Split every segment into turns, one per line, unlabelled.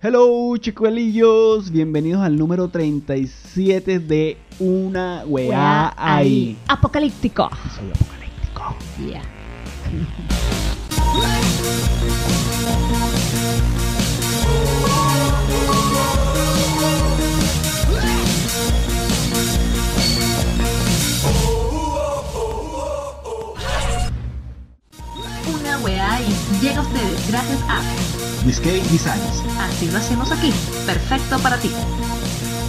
Hello, chicuelillos. Bienvenidos al número 37 de Una Weá Ahí.
Apocalíptico.
Soy apocalíptico.
Ya.
Una weá y llega a ustedes gracias a
Biscay Designs,
Así lo hacemos aquí, perfecto para ti.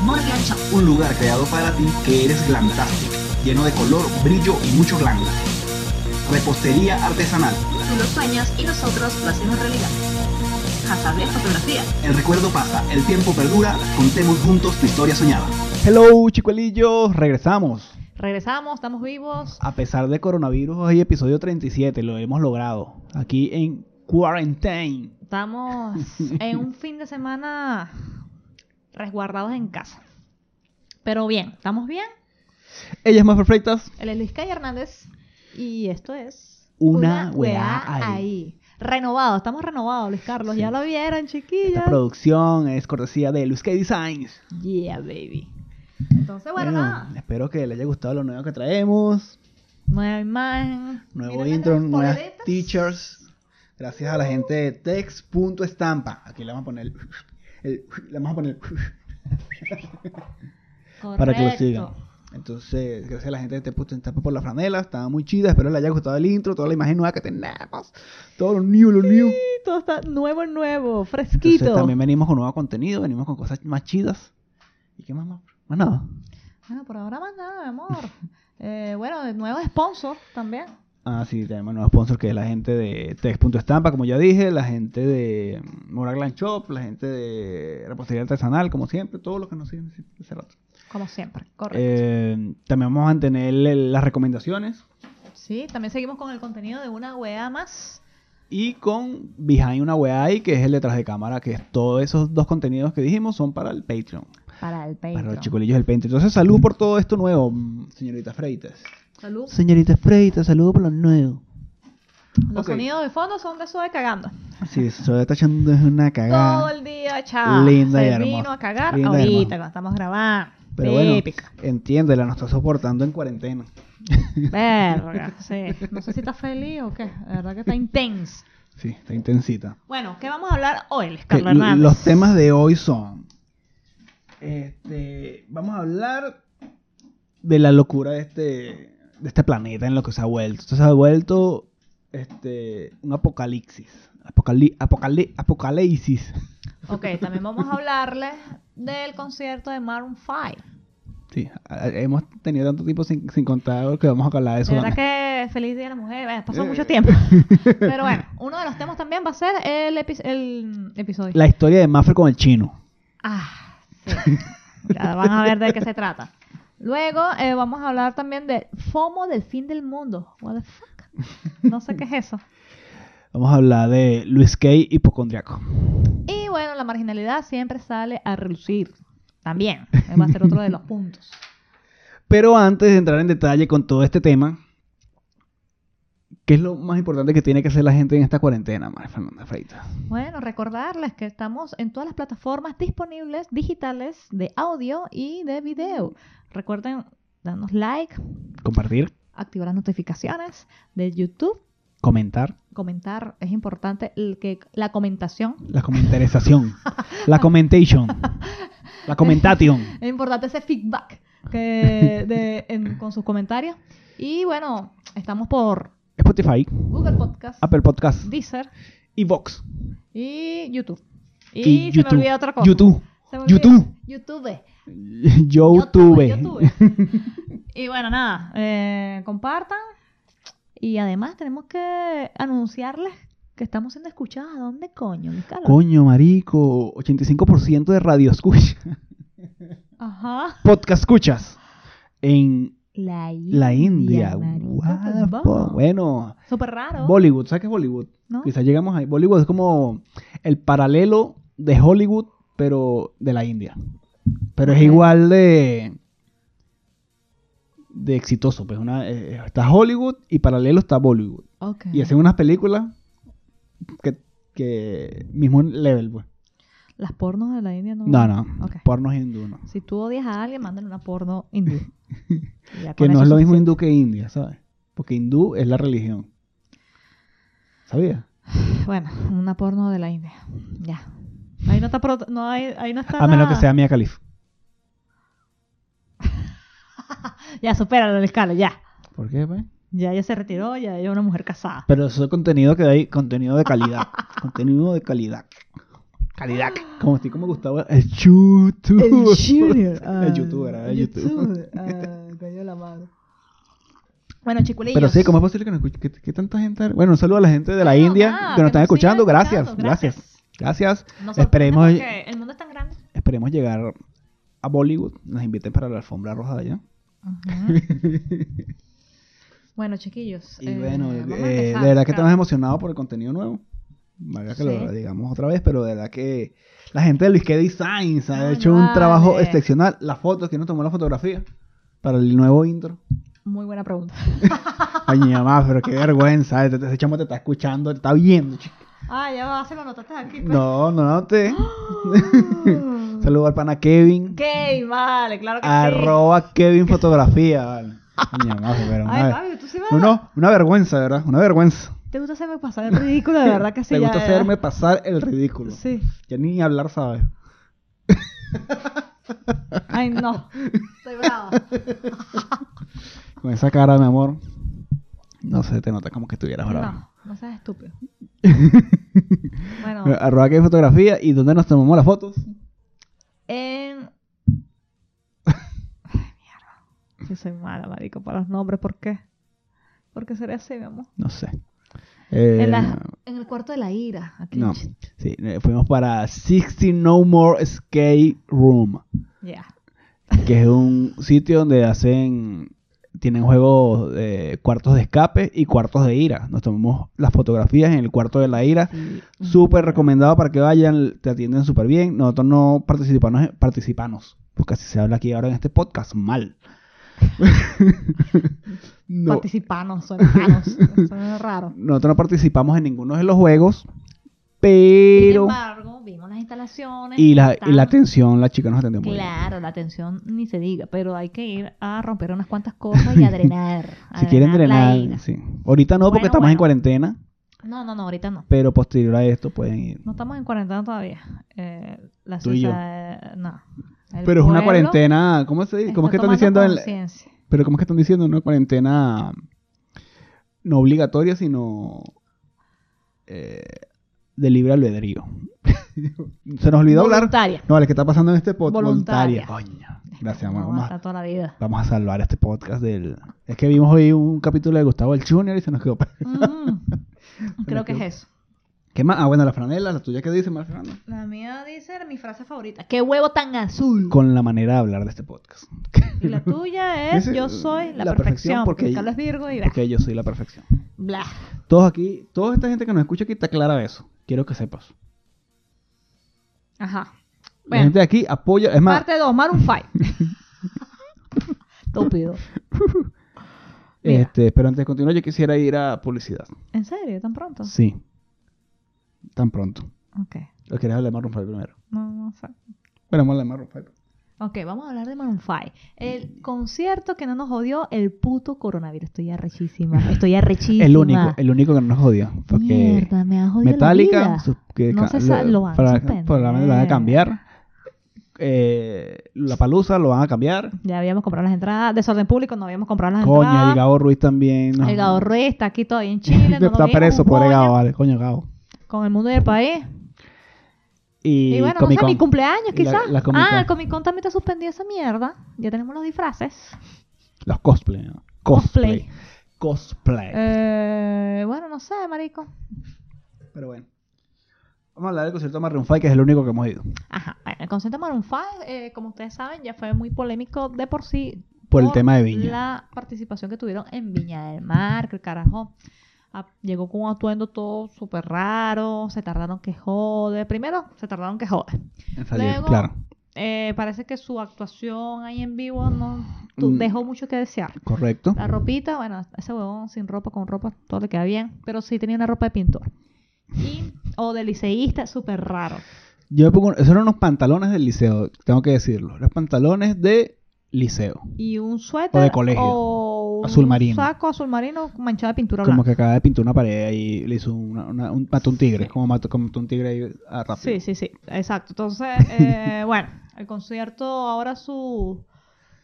Morgan Shop,
un lugar creado para ti que eres glamtastic, lleno de color, brillo y mucho glam. Repostería artesanal,
tú lo sueñas y nosotros lo hacemos realidad. Hazable Fotografía,
el recuerdo pasa, el tiempo perdura, contemos juntos tu historia soñada. Hello, chicuelillos. Regresamos.
Regresamos, estamos vivos.
A pesar de coronavirus, hoy episodio 37, lo hemos logrado. Aquí en Quarantine.
Estamos en un fin de semana resguardados en casa. Pero bien, ¿estamos bien?
Ellas más perfectas.
Él es Luis Calle Hernández y esto es...
Una
Weá
Weá Ahí.
Renovado, estamos renovados, Luis Carlos.
Sí. Este
Ya lo vieron,
Esta
chiquillas.
producción es cortesía de Luz K Designs.
Yeah, baby. Entonces, Ah, bueno, ah. nada.
espero que les haya gustado lo nuevo que traemos.
Nueva imagen.
Nuevo
Mira,
intro,
mira,
nuevas
poleritas.
teachers. Gracias a la gente de text.estampa. Aquí le vamos a poner el- el- le vamos a poner el- para que lo sigan.
Correcto.
Entonces, gracias a la gente de text.estampa por la franela. Estaba muy chida. Espero les haya gustado el intro, toda la imagen nueva que tenemos. Todo lo new, lo new.
Sí, Todo está nuevo, nuevo,
Entonces,
fresquito.
también venimos con nuevo contenido, venimos con cosas más chidas. ¿Y qué más? Más más nada.
Bueno, por ahora más nada, mi amor. Eh, bueno, de nuevo sponsor también.
Ah, sí, tenemos nuevos sponsors que es la gente de Tex.estampa, como ya dije, la gente de Moraglan Shop, la gente de Repostería Artesanal, como siempre, todos los que nos siguen desde hace rato.
Como siempre, correcto.
Eh, también vamos a mantener el- las recomendaciones
sí, también seguimos con el contenido de una wea más.
y con Behind Una Weá ahí, que es el detrás de cámara, que es todos esos dos contenidos que dijimos son para el Patreon,
Para el
para los
Patreon.
chicolillos del Patreon. Entonces, salud por todo esto nuevo, mm, señorita Freitas.
Salud.
Señorita Freitas, saludo por lo nuevo.
Los
ok.
sonidos de fondo son de eso de cagando.
Sí, eso está echando una cagada.
Todo el día, chaval.
Linda y
Se
hermosa.
vino a cagar
Linda y hermosa.
ahorita cuando estamos grabando.
Pero bueno,
Típica.
entiéndela, nos está soportando en cuarentena.
Verga, sí. No sé si está feliz o qué. La verdad que está intenso.
Sí, está intensita.
Bueno, ¿qué vamos a hablar hoy, Luis
Que
Carlos
l-
Hernández?
los temas de hoy son. Este, vamos a hablar de la locura de este, de este planeta en lo que se ha vuelto. Esto se ha vuelto este, un apocalipsis. Apocali- apocali- apocalipsis.
Ok, también vamos a hablarles del concierto de Maroon 5.
Sí, a- hemos tenido tanto tiempo sin, sin contar que vamos a hablar de eso.
De verdad
también.
que feliz día de la mujer, eh, pasó
Eh.
mucho tiempo. Pero bueno, uno de los temas también va a ser el, epi- el episodio.
La historia de Mafre con el chino.
Ah, sí. Ya van a ver de qué se trata. Luego eh, vamos a hablar también del FOMO del fin del mundo. What the fuck? No sé qué es eso.
Vamos a hablar de Luis K. hipocondriaco.
Y bueno, la marginalidad siempre sale a relucir. También. eh, Va a ser otro de los puntos.
Pero antes de entrar en detalle con todo este tema, ¿qué es lo más importante que tiene que hacer la gente en esta cuarentena, María Fernanda Freitas?
Bueno, recordarles que estamos en todas las plataformas disponibles digitales de audio y de video. Recuerden darnos like,
Compartir,
activar las notificaciones de YouTube,
comentar,
comentar, es importante el que la comentación,
la comentarización, la comentation, la comentation.
es importante ese feedback que de- en- con sus comentarios. Y bueno, estamos por
Spotify,
Google Podcast,
Apple Podcast
Deezer
y Vox.
y YouTube.
Y
Y, se
YouTube.
me olvida otra cosa.
YouTube.
Se me olvida.
YouTube.
YouTube. Yo
YouTube.
tuve, yo tuve. y bueno, nada, eh, compartan. Y además tenemos que anunciarles que estamos siendo escuchados. ¿A dónde coño, Luis Carlos?
Coño, marico, 85% de radio escucha,
Ajá.
podcast escuchas en
La India.
la India.
marico,
What
qué
the
bobo.
fuck? Bueno,
Súper raro.
Bollywood, ¿sabes qué es Bollywood?
¿no?
Quizás llegamos ahí. Bollywood es como el paralelo de Hollywood, pero de la India. Pero
Ok.
es igual de. de exitoso. Pues una, eh, está Hollywood y paralelo está Bollywood.
Ok.
Y hacen unas películas que. que mismo nivel, pues.
Las pornos de la India no.
No, no.
Ok.
Porno es hindú, no.
Si tú odias a alguien, mándale una porno hindú. Y ya
Que no
con eso
es lo mismo
suficiente.
hindú que india, ¿sabes? Porque hindú es la religión. ¿Sabías?
Bueno, una porno de la India. Ya. Ahí no está. pro- No hay, ahí no está
A menos que
nada.
sea Mia Khalifa.
Ya, supera la escala, ya.
¿Por qué, pues?
Ya ella se retiró, ya ella es una mujer casada.
Pero eso es contenido que hay, contenido de calidad. contenido de calidad. Calidad. Como estoy como Gustavo, el YouTube. Ah. El youtuber, ah, el youtuber.
coño la madre. Bueno, chiculillos.
Pero sí, ¿cómo es posible que nos escuche? ¿Qué, qué tanta gente? Bueno, un saludo a la gente de la
Bueno,
India
nada,
ah, que nos están
nos sigan
escuchando. Gracias,
escuchando,
gracias. Gracias.
Nos sorprende
Esperemos,
porque El mundo es tan grande.
esperemos llegar a Bollywood. Nos inviten para la alfombra roja de allá.
Ujú. bueno, chiquillos.
Y
eh,
bueno,
vamos a
eh,
empezar,
de verdad que estamos
claro.
emocionados por el contenido nuevo. Valga que lo
Sí.
digamos otra vez, pero de verdad que la gente de Luis K. Designs ha
Coño,
hecho un trabajo
Ah, vale.
excepcional. Las fotos, ¿quién nos tomó la fotografía? Para el nuevo intro.
Muy buena pregunta.
Ay, mi mamá, pero qué vergüenza. Este, este chamo te está escuchando, te está viendo. chico.
Ah, ya va, se lo notaste aquí. pues. Uh.
No, no, no te. Saludo al pana Kevin.
ok, vale, claro que
Arroba Kevin Fotografía. Vale. Ay, mi mamá, pero
sí.
una,
Ay, Fabio, tú sí vas.
no, no, una vergüenza, de ¿verdad? Una vergüenza.
¿Te gusta hacerme pasar el ridículo? De verdad que sí.
Te
ya,
gusta
¿verdad?
hacerme pasar el ridículo.
Sí.
Ya ni hablar sabes.
Ay, no. Estoy brava.
Con esa cara, mi amor. No sé, te nota como que estuvieras bravo.
No, no seas estúpido. bueno,
Arroba que hay fotografía y dónde nos tomamos las fotos.
en. Ay, mierda. Yo soy mala, marico, para los nombres. ¿Por qué? Porque sería así, mi amor.
No sé. Eh,
En, la- en el cuarto de la ira. Aquí.
No. Sí, eh, fuimos para 60 No More Skate Room,
Ya.
que es un sitio donde hacen. Tienen juegos de cuartos de escape y cuartos de ira. Nos tomamos las fotografías en el cuarto de la ira. Súper recomendado para que vayan, te atienden súper bien. Nosotros no participamos, participamos, porque así se habla aquí ahora en este podcast, mal. no,
Participanos, son raros. son raros.
nosotros no participamos en ninguno de los juegos, pero...
Sin embargo, vimos las instalaciones.
Y la, y la
atención.
atención, la chica nos atendió muy bien.
Claro, la atención ni se diga, pero hay que ir a romper unas cuantas cosas y a drenar. a
Si quieren
la
drenar,
ira.
sí. Ahorita no, porque
Bueno,
estamos en
bueno.
cuarentena,
No, no, no, ahorita no.
pero posterior a esto pueden ir.
No estamos en cuarentena todavía. Eh, la
Tú y yo.
sociedad- eh, no. El
Pero es una
pueblo
cuarentena, ¿cómo se dice? ¿Cómo es que
está
están diciendo?
tomando
en la-
conciencia.
Pero ¿cómo es que están diciendo? Una cuarentena no obligatoria, sino eh, de libre albedrío. Se nos olvidó hablar.
Voluntaria.
No, vale, que está pasando en este podcast.
Voluntaria.
Coño. Gracias, amor.
Vamos
Vamos
hasta
a,
toda la vida.
vamos a salvar este podcast del... Es que vimos hoy un capítulo de Gustavo el Junior y se nos quedó... pe-
Ujú. Mm, Creo que es
quedó.
eso.
¿Qué más? Ah, bueno, la franela, la tuya que dice, más Fernanda.
La mía dice mi frase favorita. ¡Qué huevo tan azul!
Con la manera de hablar de este podcast.
Y la tuya es
Dice,
yo soy la,
la perfección,
perfección.
porque-
porque Carlos Virgo y bla.
Porque yo soy la perfección.
bla.
Todos aquí, toda esta gente que nos escucha aquí está clara de eso. Quiero que sepas.
Ajá.
La
Bueno.
gente de aquí apoya, es más,
Parte 2, Maroon 5. Estúpido. mira.
este, pero antes de continuar yo quisiera ir a publicidad.
¿En serio? ¿Tan pronto?
Sí. Tan pronto.
Ok.
¿O querés hablar de Maroon 5 primero?
No, no sé.
Bueno, vamos a hablar de Maroon 5.
Ok, vamos a hablar de Maroon 5. El concierto que no nos jodió el puto coronavirus. Estoy arrechísima. Estoy arrechísima.
El único, el único que no nos jodió. Porque
Mierda, me ha jodido la
Metallica,
vida.
sus- que
No
ca-
se sa- lo van a
para,
suspender.
probablemente lo van a cambiar. Eh, la palusa lo van a cambiar.
Ya habíamos comprado las entradas. Desorden público, no habíamos comprado las
Coño, y
entradas.
Gabo Ruiz también. nos-
El Gabo Ruiz está aquí todavía en Chile. no lo
está
vimos,
preso,
un
pobre
coño,
Gabo, vale, coño Gabo.
Con el mundo y el país.
Y,
Y, bueno, no
Comic
sé, mi
Con.
cumpleaños
Y la-
quizás.
la Comic Con.
ah, el Comic Con también está suspendido esa mierda. Ya tenemos los disfraces.
Los cosplay, ¿no?
Cosplay.
Cosplay. Cosplay.
Eh, bueno, no sé, marico.
Pero bueno. Vamos a hablar del concierto de Maroon 5, que es el único que hemos ido.
Ajá, bueno, el concierto de Maroon 5, eh, como ustedes saben, ya fue muy polémico de por sí.
Por el tema de Viña.
Oh, La participación que tuvieron en Viña del Mar, que el carajo ah, llegó con un atuendo todo súper raro, se tardaron que jode. Primero, se tardaron que jode.
En salir,
Luego,
claro.
Eh, parece que su actuación ahí en vivo no tu-
Mm.
dejó mucho que desear.
Correcto.
La ropita, bueno, ese huevón sin ropa, con ropa, todo le queda bien, pero sí tenía una ropa de pintor. Y, o de liceísta, súper raro.
Yo me pongo, esos eran unos pantalones del liceo, tengo que decirlo. Los pantalones de liceo.
Y un suéter.
colegio.
o un
Azul marino.
saco azul marino manchado de pintura
Como
blanca.
que acaba de pintar una pared y le hizo una, una- un, mató un tigre. Como mató, como mató un tigre ahí a rápido.
Sí, sí, sí. Exacto. Entonces, eh, bueno, el concierto ahora su,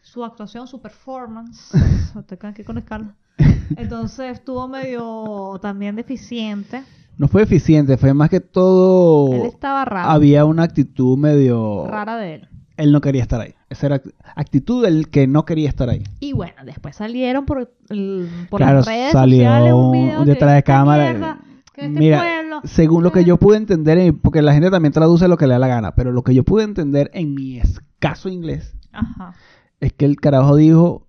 su actuación, su performance. Tengo que conectarlo. Entonces estuvo medio también deficiente.
No fue eficiente, fue más que todo.
Él estaba raro.
Había una actitud medio.
Rara de él.
Él no quería estar ahí. Esa era act- actitud del que no quería estar ahí.
Y bueno, después salieron por, el- por
Claro,
las redes
salió
sociales un
un-
video
un
que
detrás de
esta
cámara.
mierda, que este
Mira,
pueblo-
según lo que yo pude entender, en- porque la gente también traduce lo que le da la gana, pero lo que yo pude entender en mi escaso inglés
Ajá.
es que el carajo dijo: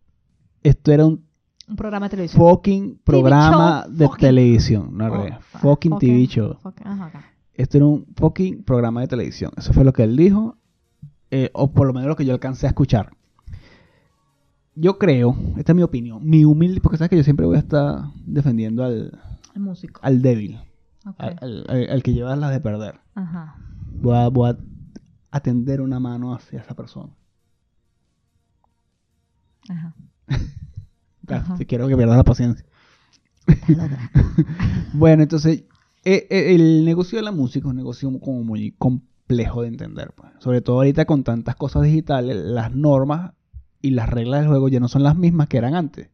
Esto era un
Un programa de televisión.
fucking programa
show,
de
fucking.
televisión. No, al
Oh,
revés.
fuck,
fucking TV
fucking,
show.
fucking, ajá, acá.
Esto era un fucking programa de televisión. Eso fue lo que él dijo. eh, o por lo menos lo que yo alcancé a escuchar. Yo creo, esta es mi opinión, mi humilde, porque sabes que yo siempre voy a estar defendiendo al,
El músico.
al débil,
Ok.
al, al- al- al que lleva las de perder.
Ajá.
Voy a, voy a atender una mano hacia esa persona.
Ajá.
Claro,
Ajá.
si quiero que pierdas la paciencia. Bueno, entonces, eh, eh, el negocio de la música es un negocio como muy complejo de entender. pues. Sobre todo ahorita con tantas cosas digitales, las normas y las reglas del juego ya no son las mismas que eran antes.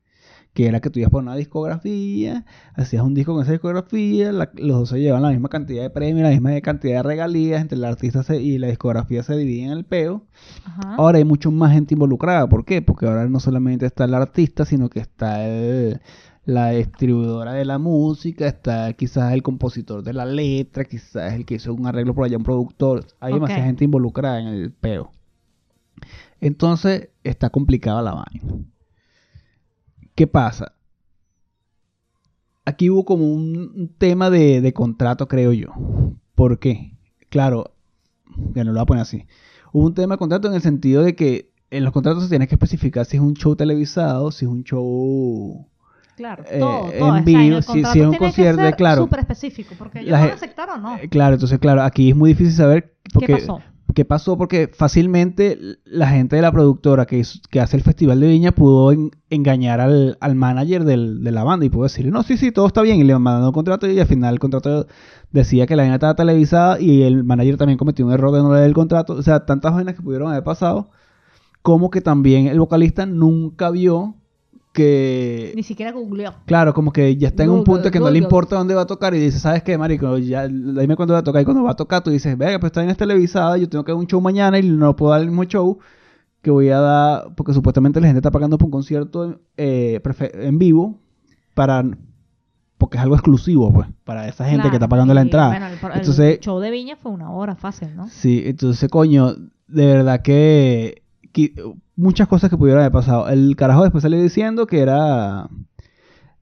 Que era que tú ibas por una discografía, hacías un disco con esa discografía, la- los dos se llevan la misma cantidad de premios, la misma cantidad de regalías, entre el artista se- y la discografía se dividían el peo.
Ajá.
Ahora hay mucho más gente involucrada. ¿Por qué? Porque ahora no solamente está el artista, sino que está el- la distribuidora de la música, está quizás el compositor de la letra, quizás el que hizo un arreglo por allá, un productor. Hay
Ok.
demasiada gente involucrada en el peo. Entonces está complicada la vaina. ¿Qué pasa? Aquí hubo como un un tema de, de contrato, creo yo. ¿Por qué? Claro, ya no lo voy a poner así. Hubo un tema de contrato en el sentido de que en los contratos se tiene que especificar si es un show televisado, si es un show...
Claro,
eh,
todo,
en
todo. En
vivo,
el
si- si es un
contrato tiene que
concierto,
ser
claro.
súper específico, porque ellos
La
van a
gen-
aceptar o no.
Eh, claro, entonces claro, aquí es muy difícil saber
Ah. ¿Qué
porque, eh,
pasó?
qué pasó porque fácilmente la gente de la productora que, hizo- que hace el Festival de Viña pudo en- engañar al, al manager del- de la banda y pudo decirle, no, sí, sí, todo está bien, y le mandaron un contrato y al final el contrato decía que la vaina estaba televisada y el manager también cometió un error de no leer el contrato, o sea, tantas vainas que pudieron haber pasado, como que también el vocalista nunca vio que...
Ni siquiera googleó.
Claro, como que ya está en un
Google,
punto que no le
Google.
importa dónde va a tocar y dice, ¿sabes qué, marico? Ya, dime cuándo va a tocar. Y cuando va a tocar tú dices, venga, pues esta vaina es televisada, yo tengo que dar un show mañana y no puedo dar el mismo show que voy a dar, porque supuestamente la gente está pagando por un concierto eh, prefe- en vivo para... Porque es algo exclusivo, pues, para esa gente
Claro,
que está pagando la
y,
entrada.
Bueno, el, pro- el
Entonces-
show de Viña fue una hora fácil, ¿no?
Sí, entonces, coño, de verdad que, que muchas cosas que pudieron haber pasado. El carajo después salió diciendo que era.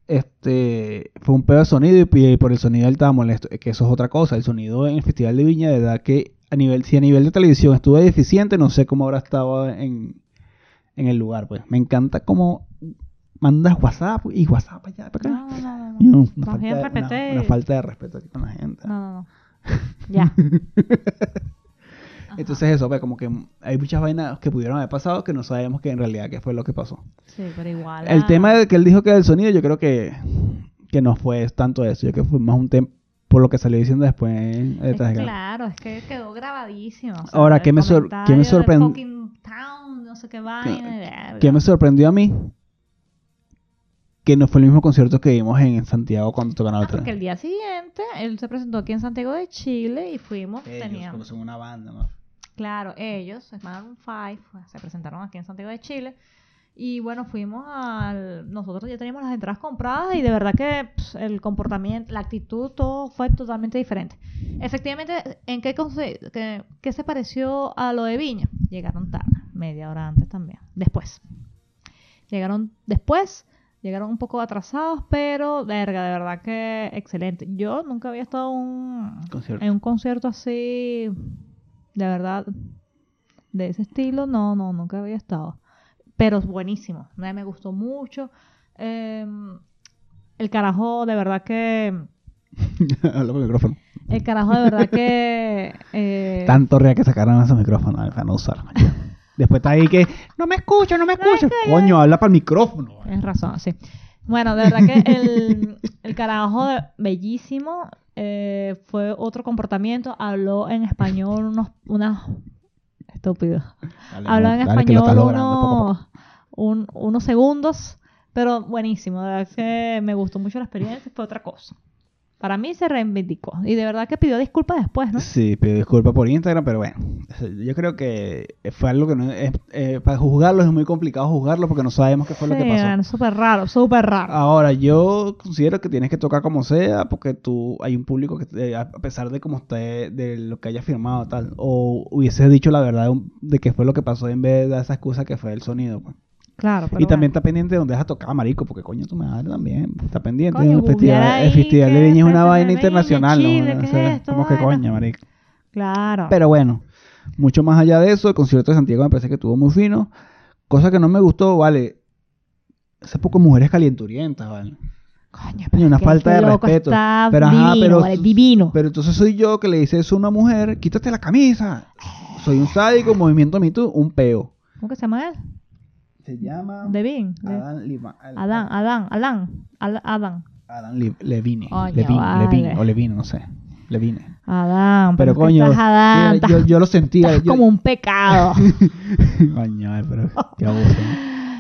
Este. Fue un pedo de sonido y, y por el sonido él estaba molesto. Que eso es otra cosa. El sonido en el Festival de Viña, de verdad que a nivel, si a nivel de televisión estuvo deficiente, no sé cómo habrá estado en, en el lugar, pues. Me encanta cómo mandas WhatsApp y WhatsApp para allá, para acá.
No, no, no.
Y
No,
una,
Más
falta
bien
de, una-
repete-
una falta de respeto aquí con la gente.
no, no, no. Ya. Ajá.
Entonces eso, pues, como que hay muchas vainas que pudieron haber pasado que no sabemos que en realidad qué fue lo que pasó.
Sí, pero igual.
El
ah,
tema de que él dijo que del sonido, yo creo que, que no fue tanto eso, yo creo que fue más un tema por lo que salió diciendo después en-
es
detrás de cámara.
claro, es que quedó grabadísimo. o sea,
Ahora,
el
¿qué me sor-
comentario
qué me
de
sorprend-
fucking town, No sé qué vaina.
Que me sorprendió a mí que no fue el mismo concierto que vimos en Santiago cuando tocaron
Ah,
otra.
porque el día siguiente él se presentó aquí en Santiago de Chile y fuimos, teníamos,
son una banda, ¿no?
claro, ellos, Maroon 5, pues, se presentaron aquí en Santiago de Chile y bueno, fuimos al, nosotros ya teníamos las entradas compradas y de verdad que pss, el comportamiento, la actitud, todo fue totalmente diferente. Efectivamente, ¿en qué, conse- qué, qué se pareció a lo de Viña? Llegaron tarde, media hora antes también, después. Llegaron después, llegaron un poco atrasados, pero verga, de verdad que excelente. Yo nunca había estado en un-
Concierto.
en un concierto así, de verdad, de ese estilo, no, no, nunca había estado. Pero es buenísimo, me, me gustó mucho. Eh, el carajo, de verdad que...
Habla por el micrófono.
El carajo de verdad que eh,
Tanto rea que sacaron esos micrófonos para no usar. marico. Después está ahí que, no me escucho, no me escucho. Coño, habla para el micrófono.
Tienes razón, sí. Bueno, de verdad que el, el carajo de- bellísimo eh, fue otro comportamiento. Habló en español unos... Unas... Estúpido.
Dale,
Habló
dale,
en
que lo
español
estás logrando, poco a poco.
unos- un- unos segundos, pero buenísimo. De verdad que me gustó mucho la experiencia. Fue otra cosa. Para mí se reivindicó. Y de verdad que pidió disculpas después, ¿no?
Sí, pido disculpas por Instagram, pero bueno, yo creo que fue algo que no es, eh, para juzgarlo es muy complicado juzgarlo porque no sabemos qué fue lo que
Sí,
pasó. Ah,
era súper raro, súper raro.
Ahora, yo considero que tienes que tocar como sea, porque tú hay un público que, eh, a pesar de cómo esté, de lo que haya firmado, tal, o hubiese dicho la verdad de, un- de qué fue lo que pasó en vez de dar esa excusa que fue el sonido. pues.
Claro, pero
Y también
bueno.
está pendiente de dónde has tocado, marico, porque coño, tu madre también está pendiente.
Coño,
el festival,
googlear
el
ahí,
festival de
¿qué
Viña es una
es Festival de
vaina
Viña,
internacional, ¿no?
Chile,
O
¿qué es
sea,
esto,
como que
vaina?
coño, marico.
Claro.
Pero bueno, mucho más allá de eso, el concierto de Santiago me parece que estuvo muy fino. Cosa que no me gustó, vale. Hace poco mujeres calienturientas, vale.
Coño,
Coño, una
qué
falta de
loco,
respeto.
Está
Pero,
divino,
ajá, pero-
vale, divino.
Pero entonces soy yo que le dice eso a una mujer, quítate la camisa. Soy un sádico, movimiento Me Too, un peo.
¿Cómo que se llama él?
Se llama
Devin. de-
Adán Lima- Al-
Adán, Adán, Adán, Al- Adán.
Adán Le- Levine.
Coño,
Levine,
vale.
Levine, o Levine, no sé. Levine.
Adán,
Pero
es que
coño,
estás Adán,
mira,
estás-
yo, yo lo sentía.
estás
yo-
como un pecado.
Coño, ay, pero qué abuso.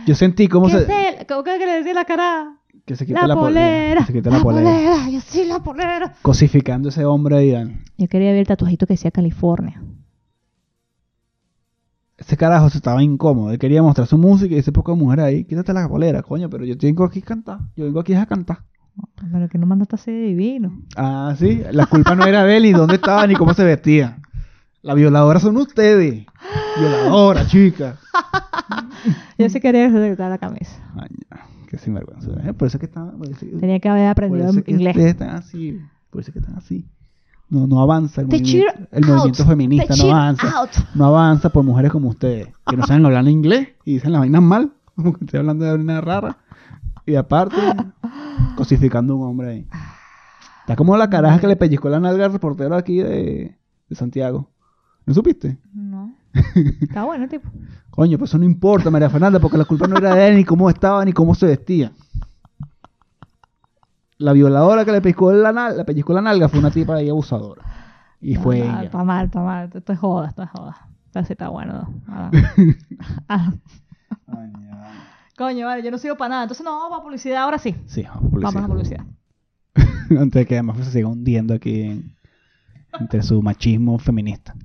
Yo sentí cómo
¿Qué
se...
es él? ¿Cómo que le decía la cara?
Que se quite
La,
la,
polera.
que se quite la polera.
Yo sí, la polera.
Cosificando ese hombre ahí. Dan.
Yo quería ver el tatuajito que decía California.
Ese carajo se estaba incómodo. Él quería mostrar su música y ese poco de mujer ahí. Quítate la polera, coño, pero yo tengo aquí a cantar. Yo vengo aquí a cantar.
Pero que no mandaste así de divino.
Ah, sí. La culpa no era de él, ni dónde estaba, ni cómo se vestía. La violadora son ustedes. Violadora, chica.
Yo sí quería recortar la camisa.
Ay, qué sinvergüenza. ¿eh? Por eso que están. Por eso,
Tenía que haber
por
aprendido
eso que
inglés.
ustedes están así. Por eso que están así. No, no avanza el
The cheer
movimiento, el movimiento
out.
feminista,
The
no
cheer
avanza.
out.
no avanza por mujeres como ustedes, que no saben hablar inglés y dicen las vainas mal, como que estoy hablando de vainas raras. Y aparte, cosificando a un hombre ahí. Está como la caraja que le pellizcó la nalga al reportero aquí de, de Santiago. ¿No supiste?
No. Está bueno el tipo.
Coño, pues eso no importa, María Fernanda, porque la culpa no era de él, ni cómo estaba, ni cómo se vestía. La violadora que le pellizcó la, nal- le pellizcó la nalga fue una tipa ahí abusadora. Y fue
Está mal,
ella.
Está mal, está mal. Esto es joda, esto es joda. Esto sí está bueno. Ah. Ah. Coño, vale, yo no sigo para nada. Entonces no, vamos para publicidad ahora sí.
Sí, vamos a publicidad.
Vamos a publicidad.
Antes de que además se siga hundiendo aquí en- entre su machismo feminista.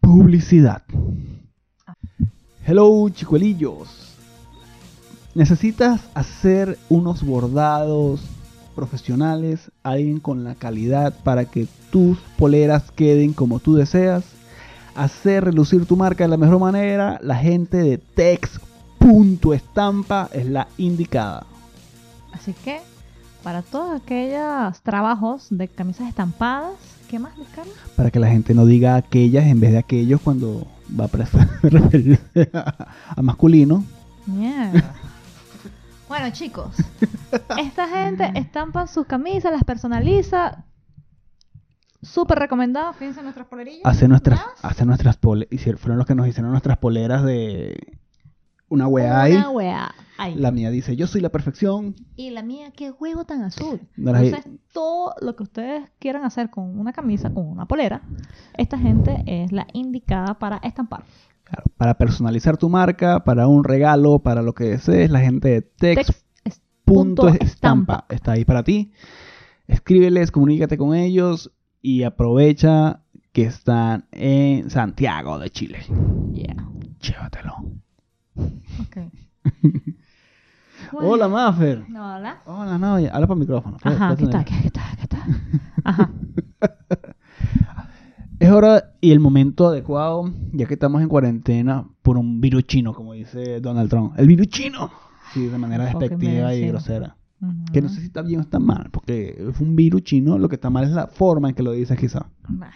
Publicidad. Hello, chicuelillos. Necesitas hacer unos bordados profesionales, alguien con la calidad para que tus poleras queden como tú deseas. Hacer relucir tu marca de la mejor manera, la gente de Tex.estampa es la indicada.
Así que, para todos aquellos trabajos de camisas estampadas, ¿qué más, Luis Carlos?
para que la gente no diga aquellas en vez de aquellos cuando va a prefer- referirse a, a masculino.
Mierda. bueno, chicos, esta gente estampa sus camisas, las personaliza. Súper recomendado, fíjense en nuestras polerillas.
Hace nuestras,
¿Ya?
hace nuestras pole- hicieron- fueron los que nos hicieron nuestras poleras de una weá ahí.
Una weá. ahí.
La mía dice, yo soy la perfección.
Y la mía, qué huevo tan azul.
No las-
Entonces, todo lo que ustedes quieran hacer con una camisa, con una polera, esta gente es la indicada para estampar.
Claro, para personalizar tu marca, para un regalo, para lo que desees, la gente de Tex
Text es
punto
punto
estampa está ahí para ti. Escríbeles, comunícate con ellos y aprovecha que están en Santiago de Chile.
Yeah.
Llévatelo.
Ok. Bueno.
Hola, Ah, Maffer.
Hola.
Hola, no, ya, habla para el micrófono. Puedes-
Ajá, ¿qué
puedes
tal?
tener-
¿Qué, qué tal? ¿Qué tal? Ajá.
Es hora y el momento adecuado, ya que estamos en cuarentena por un virus chino, como dice Donald Trump. ¡El virus chino! Sí, de manera
Enfoque
despectiva y
medicina.
grosera. Que no sé si está bien o está mal, porque es un virus chino, lo que está mal es la forma en que lo dices quizá.
Ujú. Bah.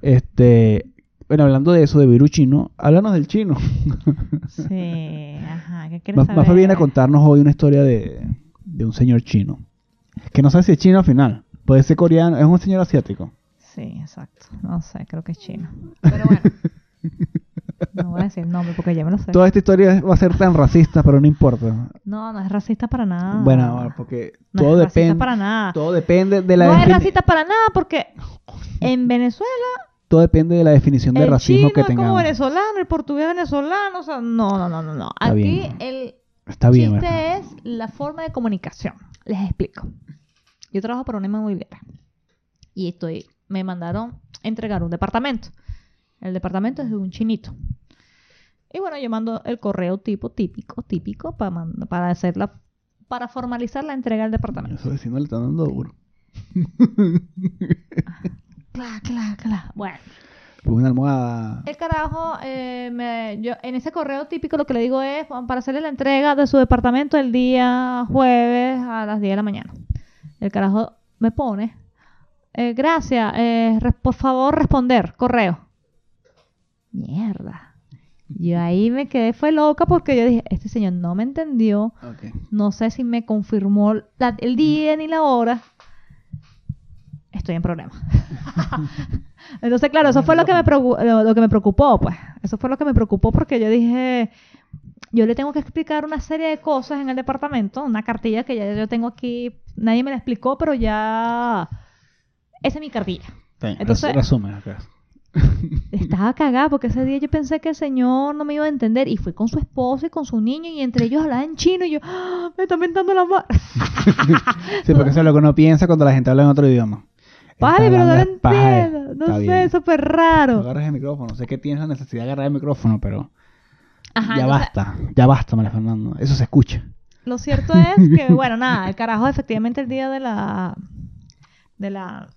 Este, bueno, hablando de eso, de virus chino, háblanos del chino.
Sí, ajá, ¿qué quieres
Más
saber?
más viene a contarnos hoy una historia de, de un señor chino. Que no sé si es chino al final. Puede ser coreano, es un señor asiático.
Sí, exacto. No sé, creo que es chino. Pero bueno. No voy a decir el nombre porque ya me lo sé.
Toda esta historia va a ser tan racista, pero no importa.
No, no es racista para nada.
Bueno, bueno, porque
Ah. No
todo
es racista
depende.
para nada.
Todo depende de la
No es
defini-
racista para nada porque en Venezuela
todo depende de la definición de
el
racismo
chino
que
es como
tengamos.
venezolano, el portugués es venezolano, o sea, no, no, no, no, no. Aquí
bien.
el
Está bien,
chiste
¿verdad?
es la forma de comunicación. Les explico. Yo trabajo para una inmobiliaria y estoy, me mandaron entregar un departamento. El departamento es de un chinito. Y bueno, yo mando el correo tipo típico, típico, para, para hacer la- para formalizar la entrega del departamento.
Eso vecino le está dando duro.
Cla, cla, cla. Bueno.
Pues una almohada.
El carajo, eh, me- yo, en ese correo típico lo que le digo es "Juan, para hacerle la entrega de su departamento el día jueves a las 10 de la mañana. El carajo me pone, eh, gracias, eh, res- por favor responder, correo. Mierda. Yo ahí me quedé, fue loca porque yo dije, este señor no me entendió,
Ok.
no sé si me confirmó la- el día ni la hora. Estoy en problemas. Entonces, claro, eso fue lo que, me preocu- lo, lo que me preocupó, pues. Eso fue lo que me preocupó porque yo dije, yo le tengo que explicar una serie de cosas en el departamento, una cartilla que ya yo tengo aquí, nadie me la explicó, pero ya... Esa es mi cartilla.
Está bien,
Entonces-
res- resumen acá.
Estaba cagada porque ese día yo pensé que el señor no me iba a entender y fui con su esposo y con su niño y entre ellos hablaban en chino y yo, ¡Ah! me está mentando la madre.
Sí, porque eso es lo que uno piensa cuando la gente habla en otro idioma.
Vale,
Está
pero no lo
hablando es paja.
entiendo. No
Está
sé,
bien.
es súper
No
raro.
agarres el micrófono. Sé que tienes la necesidad de agarrar el micrófono, pero
Ajá,
ya
entonces,
basta. Ya basta, María Fernando. Eso se escucha.
Lo cierto es que, bueno, nada, el carajo, efectivamente, el día de la. de la.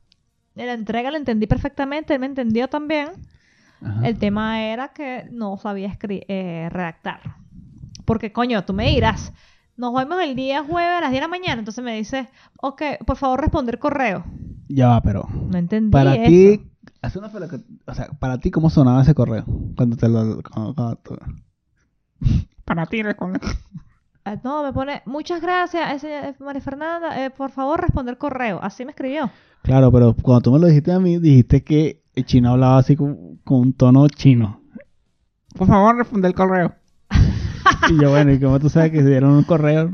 de la entrega lo entendí perfectamente, él me entendió también.
Ajá.
El tema era que no sabía escri- eh, redactar. Porque, coño, tú me dirás, nos vemos el día jueves a las 10 de la mañana, entonces me dices, ok, por favor, responder correo.
Ya va, pero.
No entendí.
Para
eso.
ti. hace una fila que- O sea, para ti, ¿cómo sonaba ese correo? Cuando te lo. cuando- cuando tú- Para ti, era con-
Ah, No, me pone, muchas gracias, ese- eh, María Fernanda, eh, por favor, responder correo. Así me escribió.
Claro, pero cuando tú me lo dijiste a mí, dijiste que el chino hablaba así con, con un tono chino. Por favor, responde el correo. y yo, bueno, ¿y cómo tú sabes que se dieron un correo?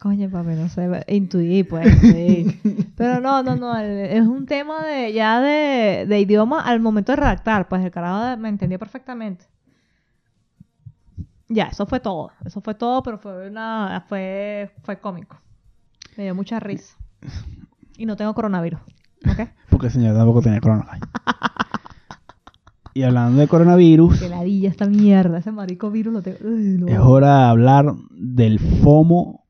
Coño, papi, no sé, ve- intuí, pues, intuí. Pero no, no, no, el- es un tema de ya de, de idioma al momento de redactar, pues el carajo de- me entendió perfectamente. Ya, eso fue todo, eso fue todo, pero fue una, fue, fue cómico. Me dio mucha risa. Y no tengo coronavirus, ¿ok?
Porque el señor tampoco tenía coronavirus. y hablando de coronavirus,
Que ladilla esta mierda, ese marico virus lo tengo. Uy, no.
es hora de hablar del FOMO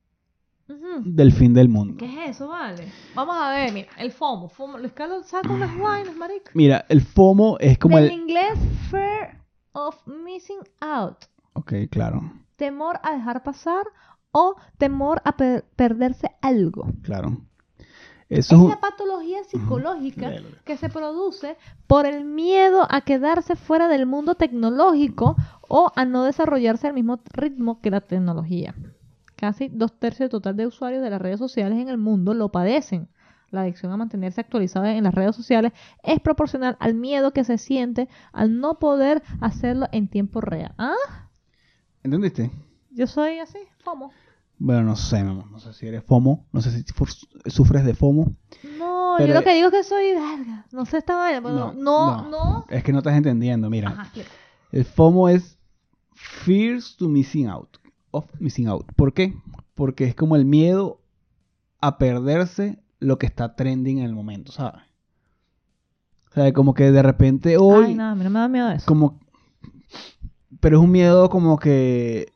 Ujú.
del fin del mundo.
¿Qué es eso, vale? Vamos a ver, mira, el FOMO, FOMO, lo escalo, saco unas vainas, marico.
Mira, el FOMO es como
del
el...
inglés fear of missing out,
Ok, claro,
temor a dejar pasar o temor a per- perderse algo.
claro. Eso
Es
es un-
la patología psicológica
Verga.
que se produce por el miedo a quedarse fuera del mundo tecnológico o a no desarrollarse al mismo ritmo que la tecnología. Casi dos tercios del total de usuarios de las redes sociales en el mundo lo padecen. La adicción a mantenerse actualizada en las redes sociales es proporcional al miedo que se siente al no poder hacerlo en tiempo real. ¿Ah?
¿Entendiste?
Yo soy así, ¿cómo?
Bueno, no sé, mi amor, no sé si eres FOMO, no sé si fu- sufres de FOMO.
No,
Pero-
yo lo que digo es que soy verga. No sé esta vaina. pero No, no.
Es que no estás entendiendo, mira.
Ajá, explica.
El FOMO es Fears to Missing Out. Of Missing Out. ¿Por qué? Porque es como el miedo a perderse lo que está trending en el momento, ¿sabes? O sea, como que de repente hoy...
Ay, nada, a mí no me da miedo eso.
Como... Pero es un miedo como que...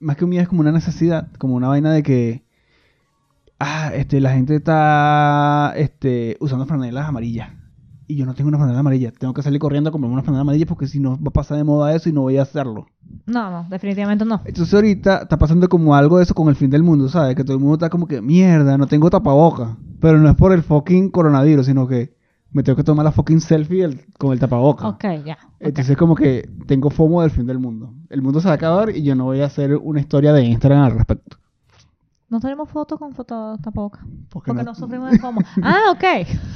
Más que un miedo es como una necesidad, como una vaina de que... Ah, este, la gente está este, usando franelas amarillas. Y yo no tengo una franela amarilla. Tengo que salir corriendo a comprarme una franela amarilla porque si no va a pasar de moda eso y no voy a hacerlo.
No, no, definitivamente no.
Entonces ahorita está pasando como algo de eso con el fin del mundo, ¿sabes? Que todo el mundo está como que, mierda, no tengo tapaboca. Pero no es por el fucking coronavirus, sino que me tengo que tomar la fucking selfie del- con el tapaboca.
Ok, ya. ok.
Entonces como que tengo FOMO del fin del mundo. El mundo se va a acabar y yo no voy a hacer una historia de Instagram al respecto.
No tenemos fotos con fotos tampoco.
Porque
Porque no,
no-
sufrimos de FOMO. ah, ok.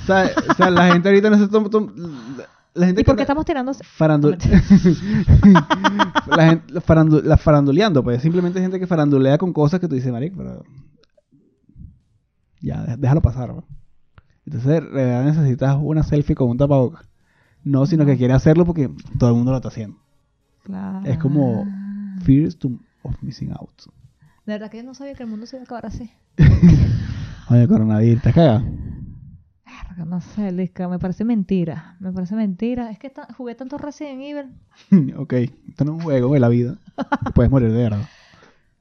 O sea, o sea, la gente ahorita no se toma... toma- la- la gente
¿Y por qué
que-
estamos tirando?
Farandul... la gente, la farandu- la faranduleando, pues. Simplemente gente que farandulea con cosas que tú dices, Maric, pero. Ya, dé- déjalo pasar, ¿no? Entonces, de verdad necesitas una selfie con un tapabocas. No, sino que quiere hacerlo porque todo el mundo lo está haciendo.
Claro.
Es como- Fears to- of missing out.
De verdad que yo no sabía que el mundo se iba a acabar así.
Oye, coronavirus, ¿te cagas?
Verga, No sé, Lisca, me parece mentira. Me parece mentira. Es que ta- jugué tanto Resident Evil.
ok, esto no es un juego de la vida. Te Puedes morir de verdad.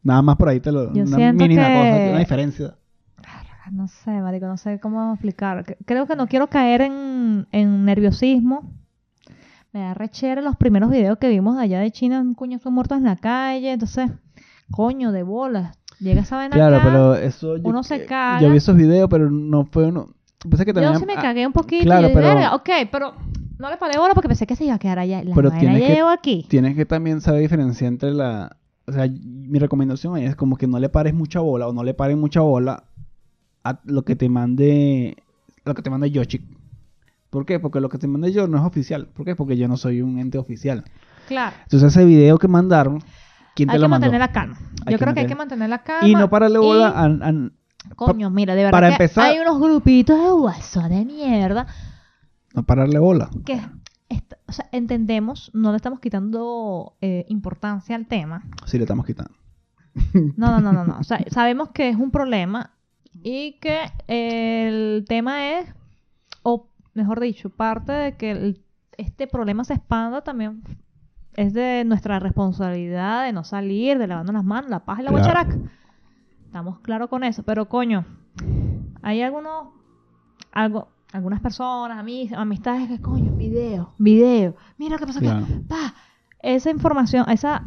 Nada más por ahí te lo.
Yo
una
siento
mínima cosa,
que-
una diferencia.
Verga, No sé, marico, no sé cómo explicar. Que- Creo que no quiero caer en, en nerviosismo. Me da rechera los primeros videos que vimos de allá de China, un coño son muertos en la calle, entonces, coño, de bolas. Llega esa vaina
Claro,
acá,
pero eso. Yo,
uno se
eh,
caga.
Yo vi esos videos, pero no fue uno. Pensé que
Yo
tenían-
sí me
ah,
cagué un poquito.
claro,
yo dije,
pero-
"Verga, ok, pero no le paré bola porque pensé que se iba a quedar allá. La
Pero
vaina
tienes
ya
que-
llegó aquí.
Tienes que también saber diferenciar entre la. O sea, mi recomendación es como que no le pares mucha bola o no le paren mucha bola a lo que te mande. Lo que te mande Yoshi. ¿Por qué? Porque lo que te mande yo no es oficial. ¿Por qué? Porque yo no soy un ente oficial.
Claro.
Entonces ese video que mandaron, ¿quién te
Hay
lo
que
mandó?
mantener la calma.
Hay que
Yo creo que
mantener-
hay que mantener la calma.
Y no pararle bola
y-
a- a-
Coño, mira, de verdad
para
que
empezar-
hay unos grupitos de WhatsApp de mierda
no pararle bola.
que est- o sea, entendemos, no le estamos quitando eh, importancia al tema.
Si le estamos quitando.
No, no, no, no, no. O sea, sabemos que es un problema y que el tema es, o mejor dicho, parte de que el- este problema se expanda también es de nuestra responsabilidad de no salir, de lavarnos las manos, la paja y la
Claro.
guacharaca. Estamos claros con eso, pero coño, hay algunos, algo, algunas personas, amis- amistades que coño, video, video, mira qué pasa acá,
Claro.
pa, esa información, esa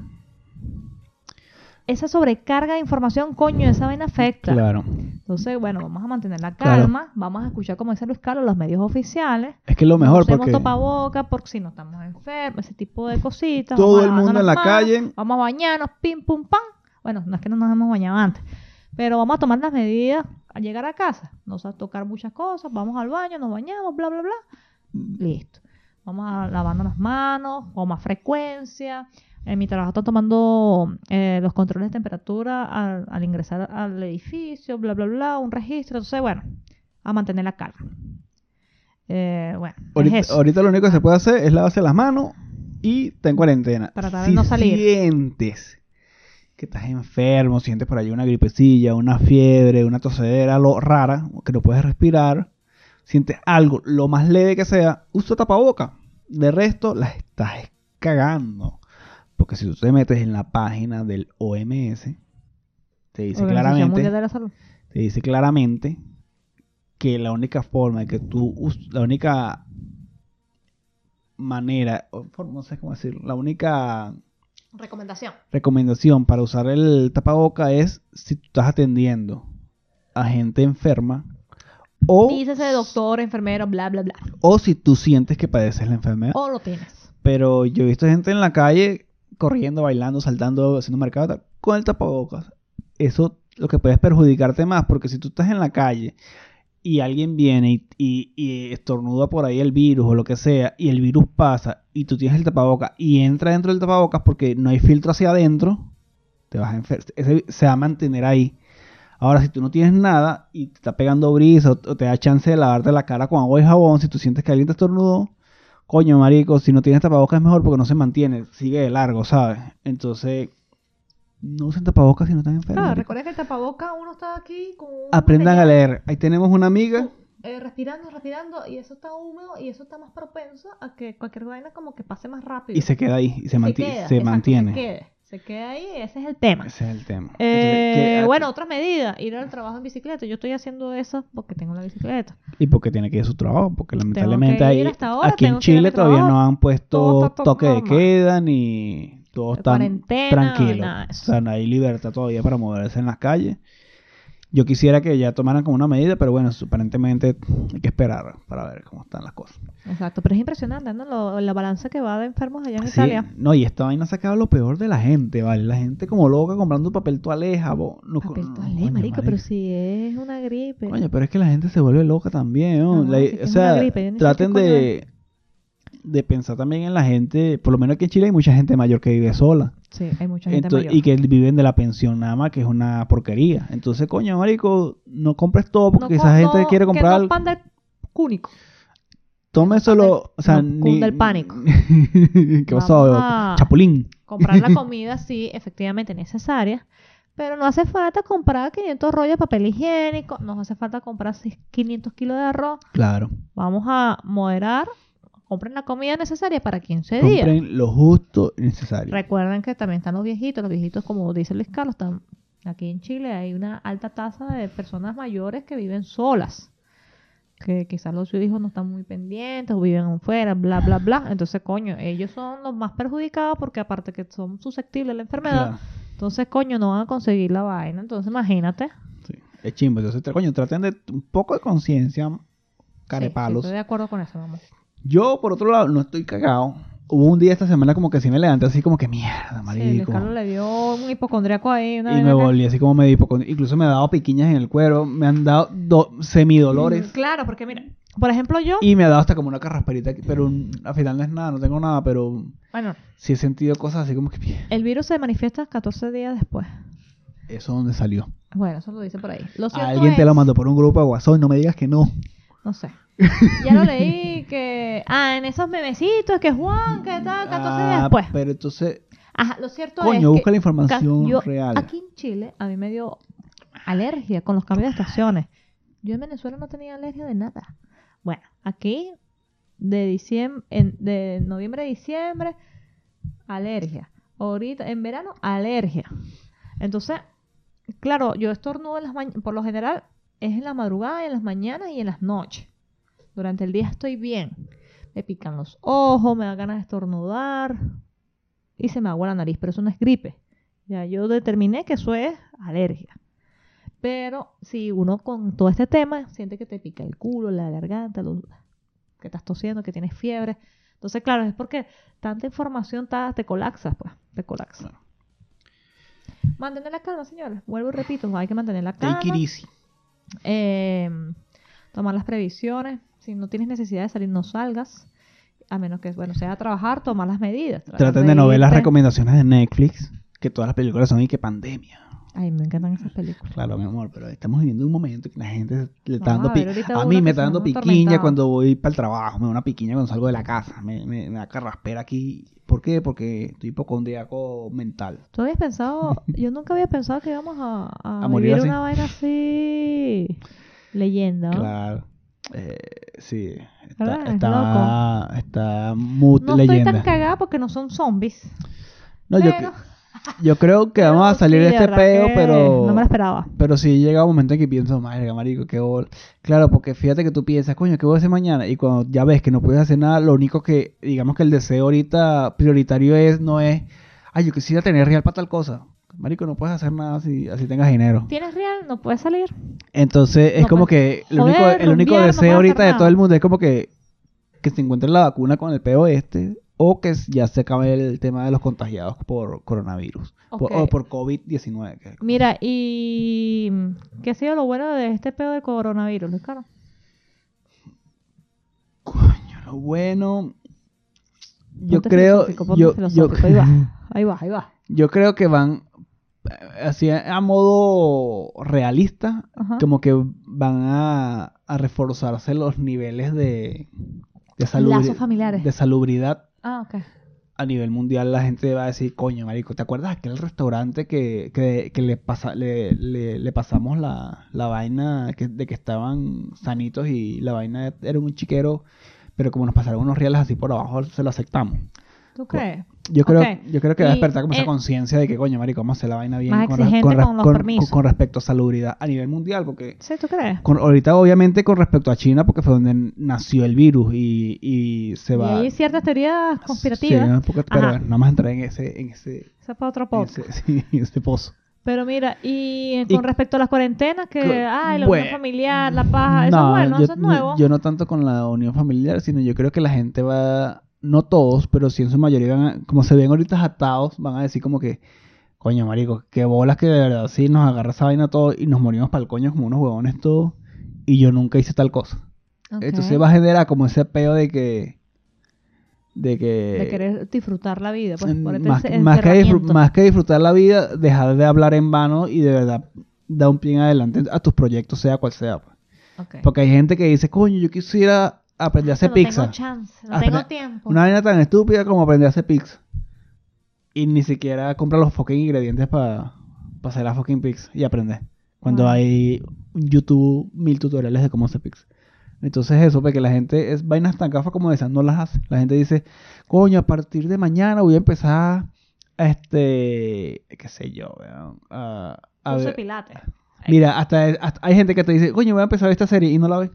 esa sobrecarga de información, coño, esa vaina afecta.
Claro.
Entonces, bueno, vamos a mantener la
Claro.
calma, vamos a escuchar como dice Luis Carlos los medios oficiales.
Es que lo mejor
Usemos
porque
tapabocas porque si no estamos enfermos, ese tipo de cositas.
Todo
Vamos a
el mundo
lavarnos
en la
las
calle.
Vamos a bañarnos, pim, pum, pam. Bueno, no es que no nos hemos bañado antes, pero vamos a tomar las medidas al llegar a casa. No se va a tocar muchas cosas, vamos al baño, nos bañamos, bla, bla, bla. Listo. Vamos a lavarnos las manos con más frecuencia. En mi trabajo están tomando eh, los controles de temperatura al, al ingresar al edificio, bla, bla, bla, un registro. Entonces, bueno, a mantener la calma. Eh, bueno, es
ahorita,
eso.
ahorita lo único que se puede hacer es lavarse las manos y está en cuarentena.
Tratar de
si
no salir.
sientes que estás enfermo, sientes por ahí una gripecilla, una fiebre, una tosedera lo rara, que no puedes respirar, sientes algo, lo más leve que sea, usa tapaboca. De resto, la estás cagando. Porque si tú te metes en la página del OMS, te dice
Organización
claramente
Mundial de la Salud.
te dice claramente que la única forma de que tú, us- la única manera, o for- no sé cómo decirlo, la única
Recomendación.
recomendación para usar el tapaboca es si tú estás atendiendo a gente enferma o,
Dícese doctor, enfermero, bla, bla, bla.
o si tú sientes que padeces la enfermedad.
O lo tienes.
Pero yo he visto gente en la calle corriendo, bailando, saltando, haciendo mercado tal, con el tapabocas. Eso lo que puede es perjudicarte más, porque si tú estás en la calle y alguien viene y, y- y estornuda por ahí el virus o lo que sea, y el virus pasa y tú tienes el tapabocas y entra dentro del tapabocas porque no hay filtro hacia adentro, te vas a enfer- ese se va a mantener ahí. Ahora, si tú no tienes nada y te está pegando brisa o o te da chance de lavarte la cara con agua y jabón, si tú sientes que alguien te estornudó, coño, marico, si no tienes tapabocas es mejor porque no se mantiene, sigue de largo, ¿sabes? Entonces, no usen tapabocas si no están enfermos.
Claro,
marico.
recuerden Ah, que el tapaboca uno está aquí con un
Aprendan a
material,
leer. Ahí tenemos una amiga.
eh, respirando, respirando, y eso está húmedo y eso está más propenso a que cualquier vaina como que pase más rápido.
Y se queda ahí, y se, manti-
queda,
se
exacto,
mantiene.
Se queda, se queda ahí, ese es el tema.
Ese es el tema.
Eh,
Entonces, ¿qué-
bueno, otras medidas, ir al trabajo en bicicleta. Yo estoy haciendo eso porque tengo la bicicleta.
Y porque tiene que ir a su trabajo, porque lamentablemente
que
ahí,
ir hasta ahora,
aquí en
tengo que ir a mi
Chile todavía
trabajo.
no han
Todo
puesto
está to-
toque de
normal.
queda ni todo está
Cuarentena,
tranquilo.
nada de
O
eso.
sea, no hay libertad todavía para moverse en las calles. Yo quisiera que ya tomaran como una medida, pero bueno, aparentemente hay que esperar para ver cómo están las cosas.
Exacto, pero es impresionante, ¿no? Lo- la balanza que va de enfermos allá en
Sí,
Italia.
No, y esta vaina ha sacado lo peor de la gente, ¿vale? La gente como loca comprando papel toalé, jabón. No,
Papel
no,
toalé,
coño,
marico, pero si es una gripe.
Coño, pero es que la gente se vuelve loca también, ¿no?
No,
La-
sí que
o
es una
sea,
gripe, yo ni sé
traten
qué coño
de, de pensar también en la gente, por lo menos aquí en Chile hay mucha gente mayor que vive sola
Sí, hay mucha gente
Entonces-
mayor.
y que viven de la pensión nada más, que es una porquería. Entonces, coño, marico, no compres todo
No
porque
co-
esa gente
no-
quiere comprar,
Que no pan de cúnico.
tome solo, o sea,
no cunde el pánico.
¿Qué pasó?
Vamos a-
Chapulín.
Comprar la comida sí, efectivamente necesaria. Pero no hace falta comprar 500 rollos de papel higiénico. No hace falta comprar 6 500 kilos de arroz.
Claro.
Vamos a moderar. Compren la comida necesaria para 15 días.
Compren lo justo y necesario.
Recuerden que también están los viejitos. Los viejitos, como dice Luis Carlos, están aquí en Chile hay una alta tasa de personas mayores que viven solas. Que quizás los hijos no están muy pendientes o viven fuera, bla, bla, bla. Entonces, coño, ellos son los más perjudicados porque aparte que son susceptibles a la enfermedad,
Claro,
entonces, coño, no van a conseguir la vaina. Entonces, imagínate.
sí. Es chimbo. Entonces, tra- coño, traten de un poco de conciencia,
Sí, sí,
carepalos.
estoy de acuerdo con eso, vamos.
Yo, por otro lado, no estoy cagado. Hubo un día esta semana como que sí me levanté así como que mierda,
Sí, Luis
marico.
Carlos le dio un hipocondriaco ahí. Una
y
vaina
me
que-
volví así como medio hipocondri- Incluso me ha dado piquiñas en el cuero, me han dado do- semidolores.
Mm, Claro, porque mira, por ejemplo, yo.
Y me ha dado hasta como una carrasperita, aquí, pero un- al final no es nada, no tengo nada, pero
Bueno,
sí he sentido cosas así como que "Mierda,
el virus se manifiesta 14 días después.
eso dónde salió.
Bueno, eso lo dice por ahí. Lo cierto
Alguien te
es-
lo mandó por un grupo de WhatsApp, no me digas que no.
No sé. Ya lo leí que. Ah, en esos memecitos, que Juan, que tal, 14 días
Ah,
después.
Pero entonces,
Ajá, lo cierto es.
coño,
que
busca la
ca-
información
yo-
real.
Aquí en Chile, a mí me dio alergia con los cambios de estaciones. Yo en Venezuela no tenía alergia de nada. Bueno, aquí, de, diciembre, de noviembre a diciembre, alergia. Ahorita, en verano, alergia. Entonces, claro, yo estornudo en las mañ- por lo general es en la madrugada, en las mañanas y en las noches. Durante el día estoy bien. Me pican los ojos, me da ganas de estornudar y se me agua la nariz, pero eso no es gripe. Ya yo determiné que eso es alergia. Pero si uno con todo este tema siente que te pica el culo, la garganta, los- que estás tosiendo, que tienes fiebre. Entonces, claro, es porque tanta información ta- te colapsas, pues, te colapsas.
Claro.
Mantener la calma, señores. Vuelvo y repito, hay que mantener la calma.
Take it easy.
Eh, tomar las previsiones. Si no tienes necesidad de salir, no salgas. A menos que, bueno, sea a trabajar, tomar las medidas.
Traten de no ver las
irte.
recomendaciones de Netflix, que todas las películas son y que pandemia.
Ay, me encantan esas películas.
Claro, mi amor, pero estamos viviendo un momento que la gente le está dando
Vamos a
pi-
ver ahorita
A,
uno
mí me
que
está
se
dando
llama
piquiña
Atormentado.
cuando voy para el trabajo, me da una piquiña cuando salgo de la casa, me, me- me da carraspera aquí. ¿Por qué? Porque estoy hipocondriaco mental.
¿Tú habías pensado? Yo nunca había pensado que íbamos a, a,
A morir
vivir
así.
una vaina así. Leyenda. ¿no?
Claro. Eh, sí,
¿Verdad?
está, está,
Es
está mood
No
leyenda.
estoy tan cagada porque no son zombies.
no, yo,
pero-
yo creo que vamos a
pero
salir
sí,
de este
verdad
peo,
que
pero...
No me lo esperaba.
Pero sí llega un momento en que pienso, madre, marico, qué bol. Claro, porque fíjate que tú piensas, coño, ¿qué voy a hacer mañana? Y cuando ya ves que no puedes hacer nada, lo único que, digamos que el deseo ahorita prioritario es, no es, ay, yo quisiera tener real para tal cosa. Marico, no puedes hacer nada si así tengas dinero.
¿Tienes real? ¿No puedes salir?
Entonces es
No
como
puedes
que el único,
joder,
el único
rumbear, no puedes
deseo ahorita
hacer
de
nada.
todo el mundo es como que, que se encuentre la vacuna con el peo este o que ya se acabe el tema de los contagiados por coronavirus por-
Ok.
o por COVID-19. que-
Mira, y mm, ¿qué ha sido lo bueno de este pedo del coronavirus, Luis Carlos?
Coño, lo bueno. Yo
Ponte
creo.
filosófico, ponte
Yo, yo,
filosófico, Ahí va, ahí va, ahí va.
yo creo que van. eh, Así a a modo realista.
Ajá.
Como que van a, a reforzarse los niveles de. De
Lazos
salubridad.
familiares.
De salubridad.
Ah, ok.
A nivel mundial la gente va a decir, coño, marico, ¿te acuerdas aquel restaurante que, que, que le, pasa, le, le- le pasamos la, la vaina que- de que estaban sanitos y la vaina era un chiquero, pero como nos pasaron unos reales así por abajo, se lo aceptamos?
¿Tú crees?
Yo creo,
Ok.
yo creo que va a
Y,
despertar como esa
eh,
conciencia de que, coño, marico, vamos a hacer la vaina bien
Más
con, res-
exigente
con res-
con los
con-
permisos.
con respecto a salubridad a nivel mundial, porque
Sí, ¿tú crees?
con- ahorita obviamente con respecto a China, porque fue donde nació el virus y, y se
Y
va...
hay ciertas teorías
Sí,
conspirativas.
un poco- pero
Ajá.
nada más entrar en ese, en ese,
Eso es para otro
en
podcast.
ese, sí, en ese pozo.
Pero mira, y eh,
Y-
con respecto a las cuarentenas, que,
Cl-
ay, la
bueno.
unión familiar, la paja, eso es bueno,
yo,
eso es nuevo.
Yo no tanto con la unión familiar, sino yo creo que la gente va, no todos, pero sí en su mayoría, van a- como se ven ahorita atados, van a decir como que, coño, marico, qué bolas que de verdad sí nos agarra esa vaina todo y nos morimos para el coño como unos huevones todos y yo nunca hice tal cosa.
Ok.
Entonces va a generar como ese peo de que... De que...
de querer disfrutar la vida, pues, por
Mm,
este
eh, más,
ence-
más que disfru-
encerramiento.
más que disfrutar la vida, dejar de hablar en vano y de verdad da un pie en adelante a tus proyectos, sea cual sea. pues.
Ok.
Porque pues hay gente que dice, coño, yo quisiera aprender a hacer
no
pizza.
tengo chance, no
Ah,
tengo
espera,
tiempo.
Una vaina tan estúpida como aprender a hacer pizza. Y ni siquiera compra los fucking ingredientes para hacer la fucking pizza y aprender. Cuando
Bueno.
hay en YouTube mil tutoriales de cómo hacer pizza. Entonces eso, porque la gente es vainas tan gafas como esas, no las hace. La gente dice, coño, a partir de mañana voy a empezar, este, qué sé yo, weón, a, a
Curso de
ver-
pilates.
Mira, hasta, hasta hay gente que te dice, coño, voy a empezar esta serie y no la ve.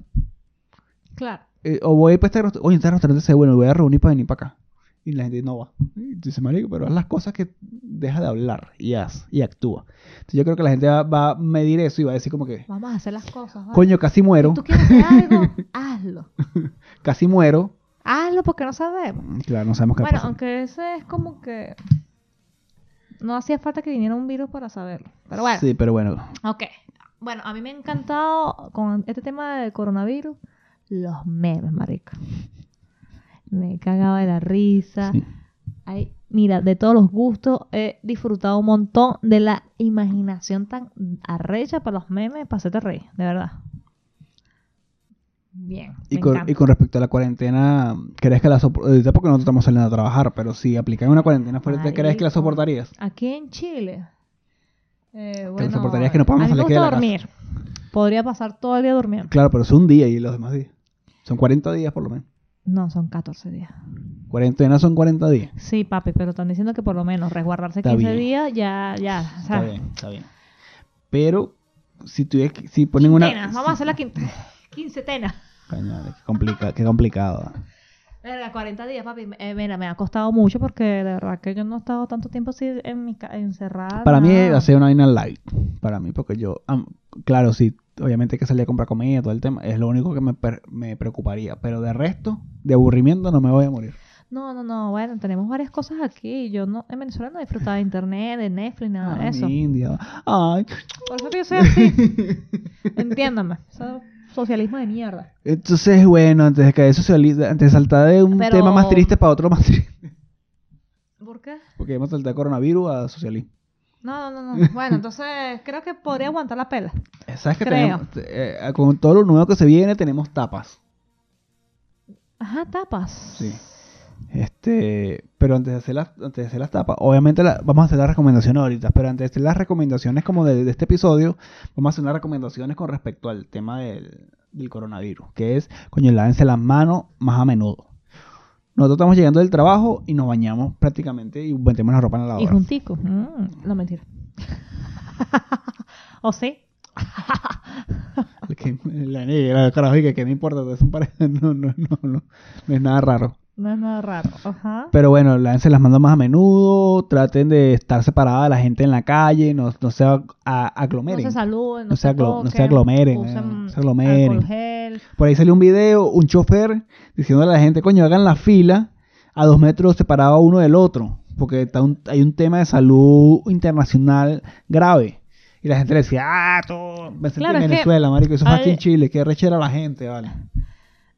Claro.
Eh, o voy para este restaurante, oye, este restaurante se ve bueno, voy a reunir para venir para acá. Y la gente no va. Y tú dices, marico, pero haz las cosas que deja de hablar y haz, y actúa. Entonces yo creo que la gente va, va a medir eso y va a decir como que,
Vamos a hacer las cosas. ¿vale?
coño, casi muero,
Si tú quieres hacer algo, hazlo.
casi muero.
Hazlo porque Ah, no sabemos.
Mm, Claro, no sabemos qué
Bueno,
pasa.
aunque ese es como que. No hacía falta que viniera un virus para saberlo. Pero bueno.
Sí, pero bueno.
Ok. Bueno, a mí me ha encantado con este tema del coronavirus los memes, marica. Me he cagado de la risa.
sí.
Ay, mira, de todos los gustos he disfrutado un montón de la imaginación tan arrecha para los memes, para hacerte reír, de verdad. Bien.
Y
me
con,
encanta.
y con respecto a la cuarentena, ¿crees que la soportarías? Porque nosotros estamos saliendo a trabajar, pero si aplicas una cuarentena fuerte, ¿crees que la
Marico.
soportarías?
Aquí en Chile. Eh, bueno,
soportarías que no podamos
a mí me
salir aquí de
gusta
la
dormir. Podría pasar todo el día durmiendo.
Claro, pero es un día y los demás días. Son 40 días por lo menos.
No, son 14 días.
Cuarentena son 40 días.
Sí, papi, pero están diciendo que por lo menos resguardarse
Está
15
bien.
días ya, ya. o sea,
Está bien, está bien. Pero si tuvieras que- si ponen
quintenas,
una
Vamos a hacer la quin- quincetena.
Cañales, qué, complica- qué complicado.
Verga, 40 días, papi. Eh, mira, me ha costado mucho porque de verdad que yo no he estado tanto tiempo así en mi ca- encerrada.
Para mí
nada.
hacer una vaina light para mí porque yo am- claro, sí, obviamente que salía a comprar comida, todo el tema, es lo único que me, per- me preocuparía, pero de resto, de aburrimiento no me voy a morir.
No, no, no. Bueno, tenemos varias cosas aquí. Yo no, en Venezuela no disfrutaba de internet, de Netflix, nada de
Ay,
Ah, eso.
Ah, mi India. Ay,
Por eso que yo soy así. Entiéndame. Eso es socialismo de mierda.
entonces bueno, antes de caer socialista, antes de saltar de un
Pero-
tema más triste para otro más triste,
¿Por qué?
porque hemos saltado de coronavirus a socialismo.
No, no, no. no. Bueno, entonces creo que podría aguantar la pela.
Sabes que
Creo.
tenemos- eh, con todo lo nuevo que se viene tenemos tapas.
Ajá, tapas.
Sí. Este, pero antes de hacer las, antes de hacer las tapas, obviamente la- vamos a hacer las recomendaciones ahorita, pero antes de hacer las recomendaciones como de, de este episodio, vamos a hacer unas recomendaciones con respecto al tema del, del coronavirus, que es, coño, lávense las manos más a menudo. Nosotros estamos llegando del trabajo y nos bañamos prácticamente y metemos la ropa en la
Y
lavadora.
juntico. Mm, no, mentira. ¿O sí?
Que- la negra, carajo, y que, que me importa, es un pare- no, no, no, no, no es nada raro.
No es nada raro. Ajá.
Pero bueno, lávense las manos más a menudo, traten de estar separada de la gente en la calle, no, no se a- a- aglomeren.
No se saluden, no,
No se
se
aglo- no se
toquen,
aglomeren,
usen
eh, no se aglomeren.
alcohol gel.
Por ahí salió un video, un chofer diciéndole a la gente, coño, hagan la fila a dos metros separados uno del otro, porque está un- hay un tema de salud internacional grave. Y la gente le decía, ah, todo, me sentí
Claro, es
en
que
Venezuela, marico, eso es
hay-
aquí en Chile, que rechera la gente, vale.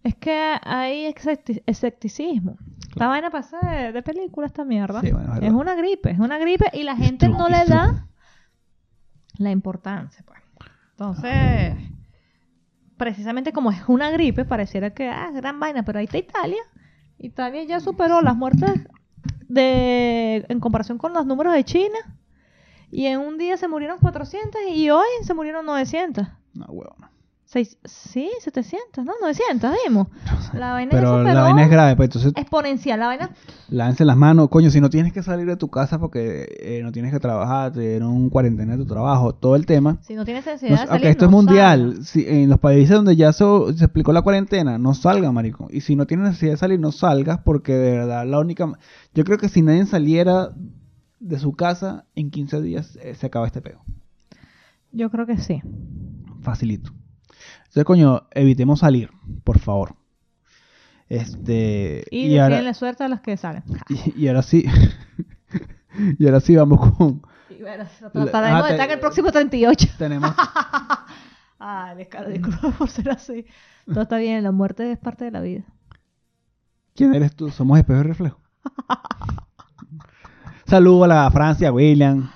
Es que hay escepti- escepticismo. Esta vaina pasa de, de película esta mierda.
Sí, bueno, es
es,
verdad.
una gripe, es una gripe y la gente
true,
no
it's
le
true.
da la importancia, pues.
Ah.
Entonces, precisamente como es una gripe, pareciera que, ah, gran vaina, pero ahí está Italia. Italia
Mm.
ya superó las muertes de, en comparación con los números de China. Y en un día se murieron 400 y hoy se murieron 900.
No, huevón.
Seis- sí, 700, ¿no? 900, dimos. La vaina ya
Pero
superó
la vaina es grave, pues entonces
exponencial, la vaina.
Lávense las manos, coño, si no tienes que salir de tu casa porque eh, no tienes que trabajar, te dieron un cuarentena de tu trabajo, todo el tema.
Si no tienes
No-
necesidad de salir,
aunque esto
no
es mundial,
salgas.
si, en los países donde ya so- se explicó la cuarentena, no salga, marico. Y si no tienes necesidad de salir, no salgas porque de verdad la única... Yo creo que si nadie saliera de su casa, en 15 días eh, se acaba este peo.
Yo creo que sí.
Facilito. Entonces, coño, evitemos salir, por favor. Este.
Y, tienen la suerte a los que salen.
y, y ahora sí. y ahora sí vamos con.
Y bueno, tra-
Le-
trataremos
ah,
de
te-
estar en el próximo 38.
Tenemos.
Ah, descaro, disculpa por ser así. Todo está bien, la muerte es parte de la vida.
¿Quién eres tú? Somos espejo y reflejo. Saludo a la Francia, William.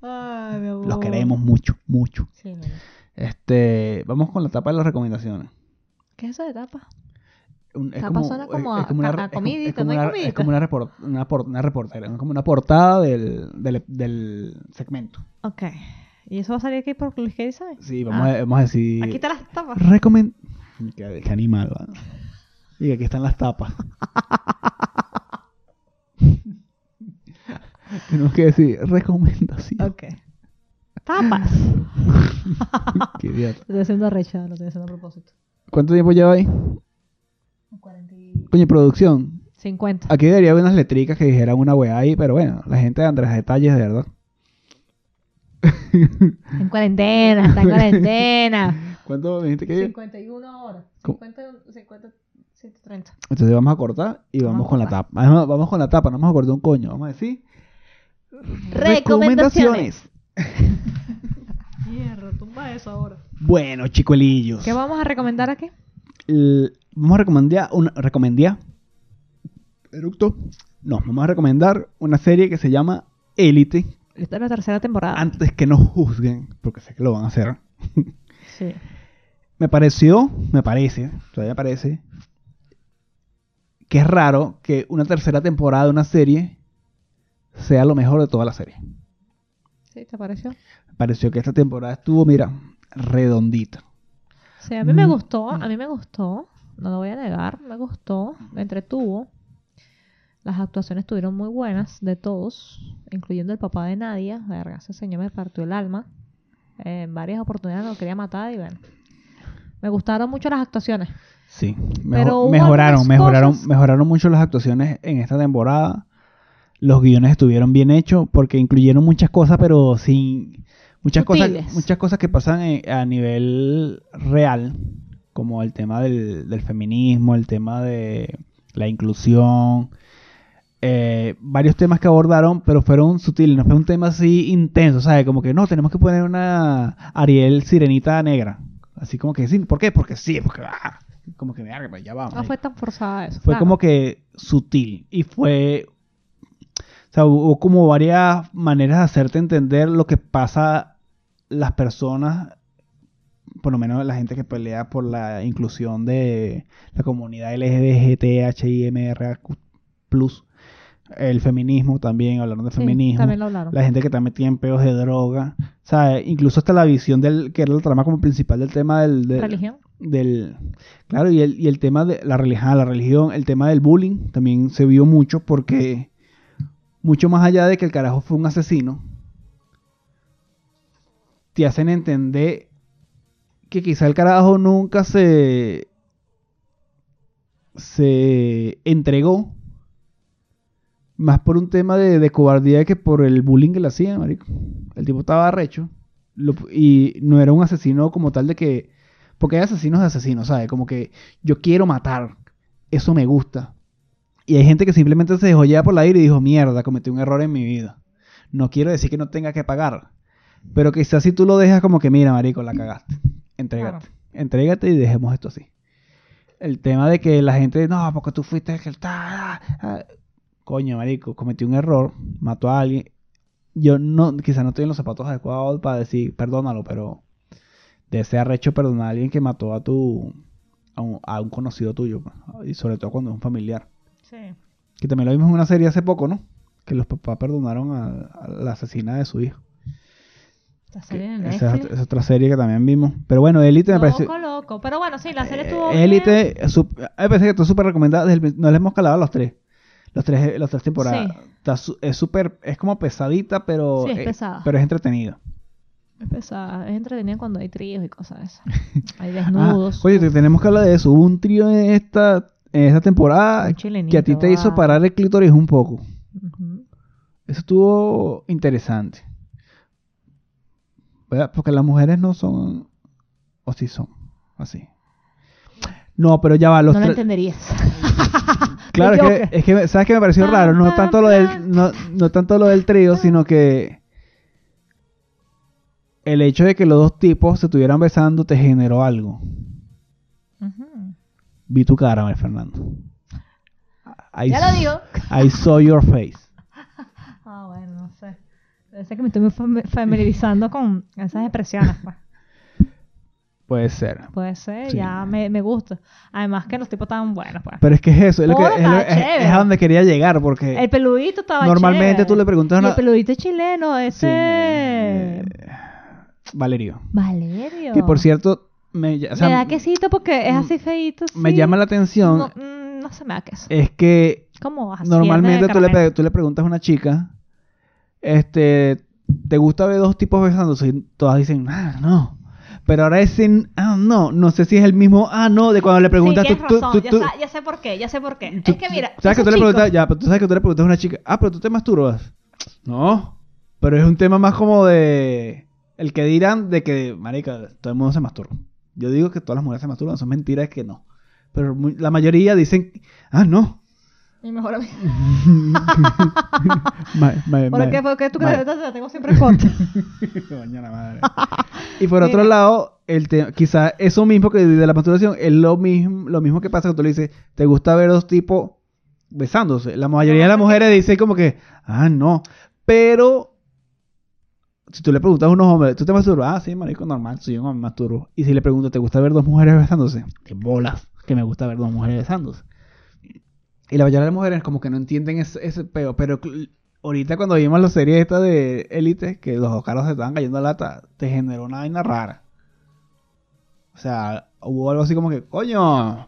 Ay, mi amor.
Los queremos mucho, mucho.
Sí, mi amor.
Este, vamos con la etapa de las recomendaciones.
¿Qué es eso de tapa?
Un- es
Tapa
como,
suena
es-
como a-
es como una
a-
re-
a
es como-
comidita,
es como
no hay
una-
comidita.
Es como una, repor- una por- una reportera, es como una portada del, del, del segmento.
Ok. ¿Y eso va a salir aquí por Luis Gay, sabe?
Sí, vamos,
Ah.
a, vamos a decir.
Aquí están las tapas.
Recomen... Qué, qué animal, va. Y aquí están las tapas. Tenemos que decir recomendación.
Ok. Tapas.
Qué idiota.
Lo estoy haciendo arrechado, lo estoy haciendo a propósito.
¿Cuánto tiempo lleva ahí?
40 y
Coño, producción.
50.
Aquí debería haber unas letricas que dijeran una weá ahí, pero bueno, la gente anda los detalles, de verdad.
En cuarentena, está en cuarentena.
¿Cuánto me dijiste que lleva?
51 horas.
¿Cómo?
50, 50, 130.
Entonces vamos a cortar y vamos
Vamos a
con la
cortar.
tapa. Vamos, vamos con la tapa, no vamos a cortar un coño. Vamos a decir.
Recomendaciones. Mierda, tumba eso ahora.
Bueno, chicuelillos.
¿Qué vamos a recomendar aquí?
El- vamos a recomendar una recomendar eructo no vamos a recomendar una serie que se llama Élite
Esta es la tercera temporada.
antes que nos juzguen porque sé que lo van a hacer
sí.
me pareció me parece todavía me parece que es raro que una tercera temporada de una serie sea lo mejor de toda la serie
¿Sí? ¿Te pareció?
me pareció que esta temporada estuvo mira redondita
Sí, a mí me
Mm,
gustó, a mí me gustó, no lo voy a negar, me gustó, me entretuvo. Las actuaciones estuvieron muy buenas de todos, incluyendo el papá de Nadia. Verga, ese señor me partió el alma. En varias oportunidades lo quería matar y bueno. Me gustaron mucho las actuaciones.
Sí,
Pero
mejo-
hubo
mejoraron,
algunas
mejoraron,
cosas-
mejoraron mucho las actuaciones en esta temporada. Los guiones estuvieron bien hechos porque incluyeron muchas cosas, pero sin muchas
Sutiles.
cosas, muchas cosas que pasan en- a nivel real, como el tema del, del feminismo, el tema de la inclusión, eh, varios temas que abordaron, pero fueron sutiles, no fue un tema así intenso, ¿sabes? Como que no, tenemos que poner una Ariel sirenita negra. Así como que sí, ¿por qué? Porque sí, porque ah, como que verga, pues ya vamos.
No Ah, fue tan forzada eso.
Fue
claro.
como que sutil y fue... O sea, hubo como varias maneras de hacerte entender lo que pasa las personas, por lo menos la gente que pelea por la inclusión de la comunidad LGBTHIMRQ+, el feminismo también, hablaron de
Sí,
feminismo
También lo hablaron.
la gente que también tiene peos de droga, o sea, incluso hasta la visión del que era la trama como principal del tema del, del-
Religión.
del- claro, y el, y el tema de la religión, la religión, el tema del bullying también se vio mucho porque mucho más allá de que el carajo fue un asesino, te hacen entender que quizá el carajo nunca se se entregó más por un tema de, de cobardía que por el bullying que le hacían, marico. El tipo estaba arrecho lo- y no era un asesino como tal de que porque hay asesinos de asesinos, ¿sabes? Como que yo quiero matar, eso me gusta. Y hay gente que simplemente se dejó llevar por la ira y dijo, mierda, cometí un error en mi vida. No quiero decir que no tenga que pagar, pero quizás si tú lo dejas como que, mira, marico, la cagaste. Entrégate. Entrégate y dejemos esto así. El tema de que la gente, no, porque tú fuiste el que... ta- ah, ah". Coño, marico, cometí un error, mató a alguien. Yo no, quizás no estoy en los zapatos adecuados para decir, perdónalo, pero... De ser arrecho perdonar a alguien que mató a tu... A un, a un conocido tuyo, pues, y sobre todo cuando es un familiar.
Sí.
Que también lo vimos en una serie hace poco, ¿no? Que los papás perdonaron a- a la asesina de su hijo.
Está saliendo en
Esa es,
Netflix.
ot- es otra serie que también vimos. Pero bueno, Elite me
Loco,
pareció.
loco. Pero bueno, sí, la serie
Eh,
estuvo. bien.
Elite, su- me parece que está súper recomendada. desde el prin- Nos la hemos calado a los tres. Los tres, las tres temporadas.
Sí.
Está su- es súper. Es como pesadita, pero.
Sí, es
eh,
pesada.
Pero es entretenida.
Es pesada, es entretenida cuando hay tríos y cosas de esas. Hay
Ah,
desnudos.
oye, te- tenemos que hablar de eso. Hubo un trío en esta, en esta temporada Ah,
Un
que a ti
chilenito,
te hizo
ah.
parar el clítoris un poco.
Ujú.
Eso estuvo interesante. ¿Verdad? Porque las mujeres no son. O sí son. Así. No, pero ya va. Los
no lo
tra-
entenderías.
Claro, es
Joker.
que, es que, ¿sabes qué me pareció
Pam,
raro? No
pam,
tanto lo del,
pam.
no, no tanto lo del trío, sino que el hecho de que los dos tipos se estuvieran besando te generó algo.
Ujú.
Vi tu cara, María Fernando. I,
Ya lo digo.
I saw your face.
Ah, bueno, no sé. Parece que me estoy muy fam- familiarizando con esas expresiones, pues.
Puede ser.
Puede ser,
Sí.
ya me, me gusta. Además que los tipos estaban buenos, pues.
Pero es que es eso, es, lo que-
Joda,
es lo- es-
chévere.
es a donde quería llegar, porque
el peludito estaba
normalmente
chévere.
tú le preguntas a
Y
una...
el peludito es chileno,
Sí,
ese...
eh, Valerio.
Valerio.
Que por cierto, me, o sea,
me da quesito porque es así feíto,
me
sí.
llama la atención
No, mm, no se me da queso.
es que
¿Cómo así?
Normalmente tú le,
pegas.
pre- tú le preguntas a una chica, este, ¿te gusta ver dos tipos besándose? Y todas dicen, ah, no. Pero ahora es en, ah, no, no sé si es el mismo, ah, no, de cuando le preguntas
sí,
tú,
tienes
tú-
razón,
tú-
ya,
tú-
sa- ya sé por qué, ya sé por qué.
tú-
es que mira,
¿sabes que tú
esos
le
chicos-
preguntas, ya, pero tú sabes que tú le preguntas a una chica, ah, pero tú te masturbas? No, pero es un tema más como de, el que dirán de que, marica, todo el mundo se masturba. Yo digo que todas las mujeres se masturban, son mentiras que no. Pero muy- la mayoría dicen, ah, no.
Mi mejor amiga.
Ma- ma-
¿Por
ma-
qué? Porque tú
ma-
crees que la tengo siempre corta.
Mañana, madre. Y por otro
Mira.
lado, el te- quizá eso mismo que de la masturbación es lo mismo, lo mismo que pasa cuando tú le dices, ¿te gusta ver dos tipos besándose? La mayoría de las mujeres dicen como que, ah, no. Pero, si tú le preguntas a unos hombres, ¿tú te masturbas? Ah, sí, marico, normal, sí, yo me masturbo. Y si le pregunto, ¿te gusta ver dos mujeres besándose? ¡Qué bolas! Que me gusta ver dos mujeres besándose. Y la mayoría de las mujeres como que no entienden ese, ese peo, pero cl- ahorita cuando vimos la serie esta de Élite, que los Oscaros se estaban cayendo a lata, te generó una vaina rara. O sea, hubo algo así como que, coño.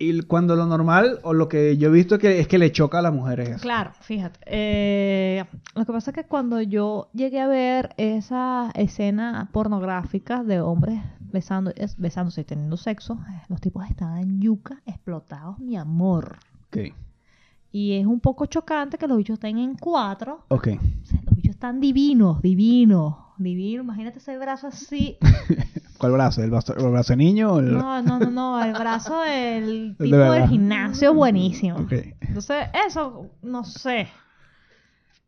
Y cuando lo normal, o lo que yo he visto que es que le choca a las mujeres eso.
Claro, fíjate. eh, lo que pasa es que cuando yo llegué a ver esas escenas pornográficas de hombres besando, es- besándose y teniendo sexo, eh, los tipos estaban yuca, explotados, mi amor.
Ok.
Y es un poco chocante que los bichos estén en cuatro.
Ok.
O sea, los bichos están divinos, divinos, divinos. Imagínate ese brazo así.
¿Cuál brazo? ¿El brazo, el brazo de niño? o el-
No, no, no, no. El brazo del
De
tipo del
verdad.
gimnasio es buenísimo.
Ok.
Entonces, eso, no sé.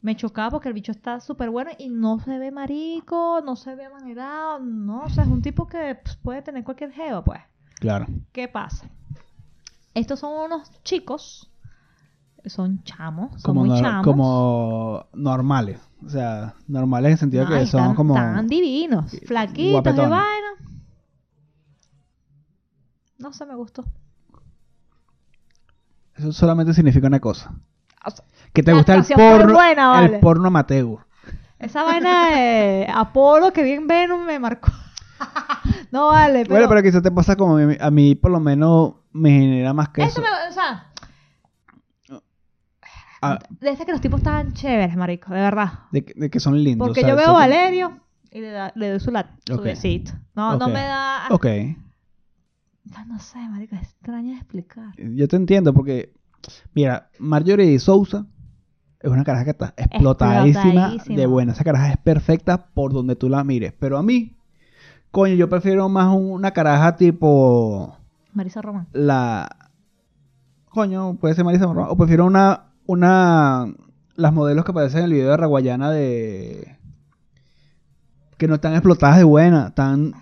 Me chocaba porque el bicho está súper bueno y no se ve marico, no se ve amanerado, no, o sea, es un tipo que pues, puede tener cualquier jeva, pues.
Claro.
¿Qué pasa? Estos son unos chicos, son chamos, son
Como,
muy
nor-
chamos.
como normales. O sea, normales en el sentido
Ay,
que son
tan-
como...
tan divinos, flaquitos de
guapetones.
vaina. No sé, me gustó.
Eso solamente significa una cosa.
O sea,
Que te
la
gusta el
actuación fue
porno,
buena, vale.
el porno amateur.
Esa vaina de Apolo que bien Venus me marcó. no vale, pero,
bueno, pero quizás te pasa como a mí, a mí por lo menos me genera más que eso.
eso me, o sea,
Ah,
desde que los tipos estaban chéveres, marico, de verdad.
de, que- de que son lindos.
Porque
o sea,
yo veo
son-
a Valerio y le, da- le doy su, la, su
Ok.
besito. No, no
Ok.
me da...
Ok,
Ah, No sé, marico, es extraño de explicar.
yo te entiendo porque, mira, Marjorie Sousa es una caraja que está explotadísima,
Explotadísima.
de buena. Esa caraja es perfecta por donde tú la mires. Pero a mí, coño, yo prefiero más un- una caraja tipo
Marisa Román.
la... Coño, puede ser Marisa Monroe. O prefiero una... una las modelos que aparecen en el video de Raguayana de... Que no están explotadas de buena, están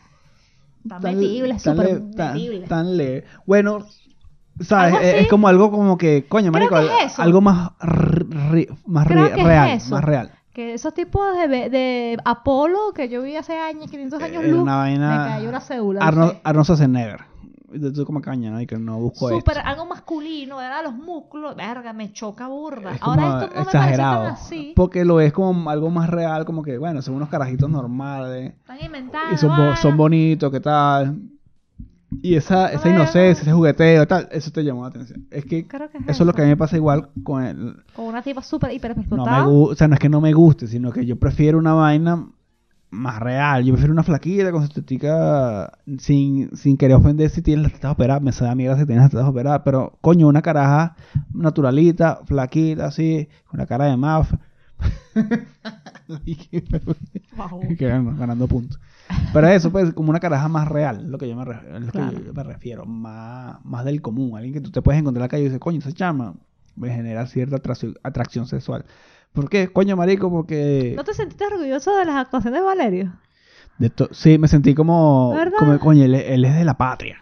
Está
tan-
medible,
tan
súper
le- tan-
medible.
tan le- Bueno, ¿sabes?
Algo
Es,
así.
es como algo como que, coño,
Creo
marico,
que es
al-
eso.
algo más, re- más
Creo
re-
que es
real,
eso.
más real.
Que esos tipos de, be- de Apolo que yo vi hace años, 500 años
Era
luz,
Eh, una vaina-
me cayó una cédula. no
Arnold,
sé.
Arnold Schwarzenegger. Entonces, como caña, ¿no? Y que no busco esto.
Súper, algo masculino, era los músculos, verga, me choca burda.
Es como
Ahora esto no me
exagerado.
parece tan así.
Porque lo es como algo más real, como que, bueno, son unos carajitos normales.
Están inventados.
y son, bo-
bueno.
son bonitos, ¿qué tal? Y esa, esa
Ah. Bueno.
inocencia, ese jugueteo, tal, eso te llamó la atención. Es que
Creo que es
eso es lo que a mí me pasa igual con el,
Con una tipa súper hiper
No
explotada.
me gu- o sea, no es que no me guste, sino que yo prefiero una vaina más real. Yo prefiero una flaquita con su tetica sin, sin querer ofender si tienes las tetas operadas. Me sabe a mierda si tienes las tetas operadas, pero coño, una caraja naturalita, flaquita, así, con la cara de maf.
Wow.
que ganó- ganando puntos. Pero eso, pues, como una caraja más real, lo que yo me, re- lo que
Claro.
yo me refiero, más, más del común. Alguien que tú te puedes encontrar en la calle y dices, coño, esa chama me genera cierta atrac- atracción sexual. ¿Por qué? Coño, marico, porque...
¿No te sentiste orgulloso de las actuaciones de Valerio?
de to- sí, me sentí como...
¿Verdad?
como coño, él, él es de la patria.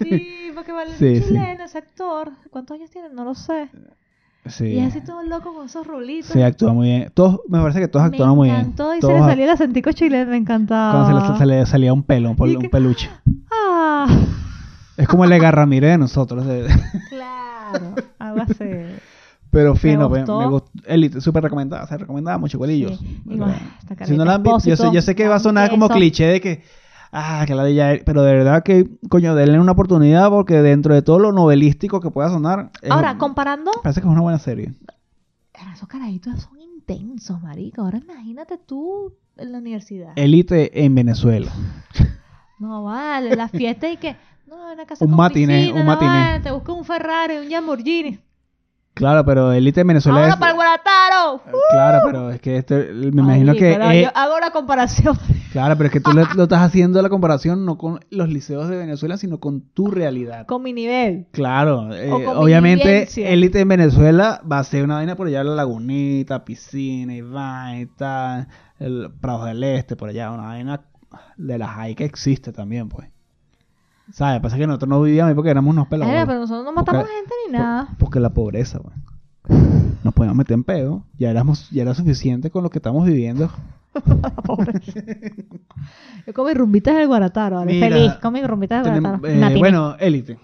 Sí, porque Valerio
Sí,
es
sí.
chileno, es actor. ¿Cuántos años tiene? No lo sé.
Sí.
Y es así todo loco con esos rulitos.
Sí, actúa muy bien. Todos, me parece que todos actuaron muy
me
bien.
encantó y se
Todos
le
a-
salía el acentico chileno, me encantaba.
Cuando se le, se le salía un pelo, un, pol-
Y que-
un peluche.
Ah,
Es como el de Garramire de nosotros. de-
claro. Algo así.
Pero fino, me,
gustó.
me gustó. Elite, súper recomendada, se recomendaba mucho, cuelillos.
Sí. Y
¿verdad?
bueno, esta cara
Si no
de
la han visto, yo sé,
Expósito,
yo sé que va a sonar como
Jason.
cliché de que, ah, que la de Yael", pero de verdad que, coño, denle una oportunidad porque dentro de todo lo novelístico que pueda sonar, es-
Ahora, comparando,
parece que es una buena serie.
Ahora, esos carajitos son intensos, marico. Ahora imagínate tú en la universidad.
Eh. Elite en Venezuela.
No vale, la fiesta y que. No, en la casa
Un
con
matiné,
piscina,
un
no
matiné.
vale, te busco un Ferrari, un Lamborghini.
Claro, pero Elite en Venezuela
Ahora
es... eh,
para el Guarataro.
Claro, pero es que este, me imagino
Marico,
que... eh,
ahora
es-
yo hago la comparación.
Claro, pero es que tú lo, lo estás haciendo la comparación no con los liceos de Venezuela, sino con tu realidad.
Con mi nivel.
Claro, eh,
con
obviamente
vivencia.
élite en Venezuela va a ser una vaina por allá, la lagunita, piscina y vaina y tal, el Prado del Este, por allá, una vaina de las hay que existe también, pues. ¿Sabes? Pasa que nosotros no vivíamos ahí porque éramos unos
Ay,
pelados.
pero nosotros no matamos
Porque-
gente ni
por-
nada.
porque la pobreza, pues. Nos podíamos meter en pedo, ya, éramos, ya era suficiente con lo que estamos viviendo.
Yo con mis rumbitas del Guarataro. Ahora
Mira,
feliz con mis rumbitas del
Tenemos-
Guarataro.
eh,
Natiné.
bueno, élite.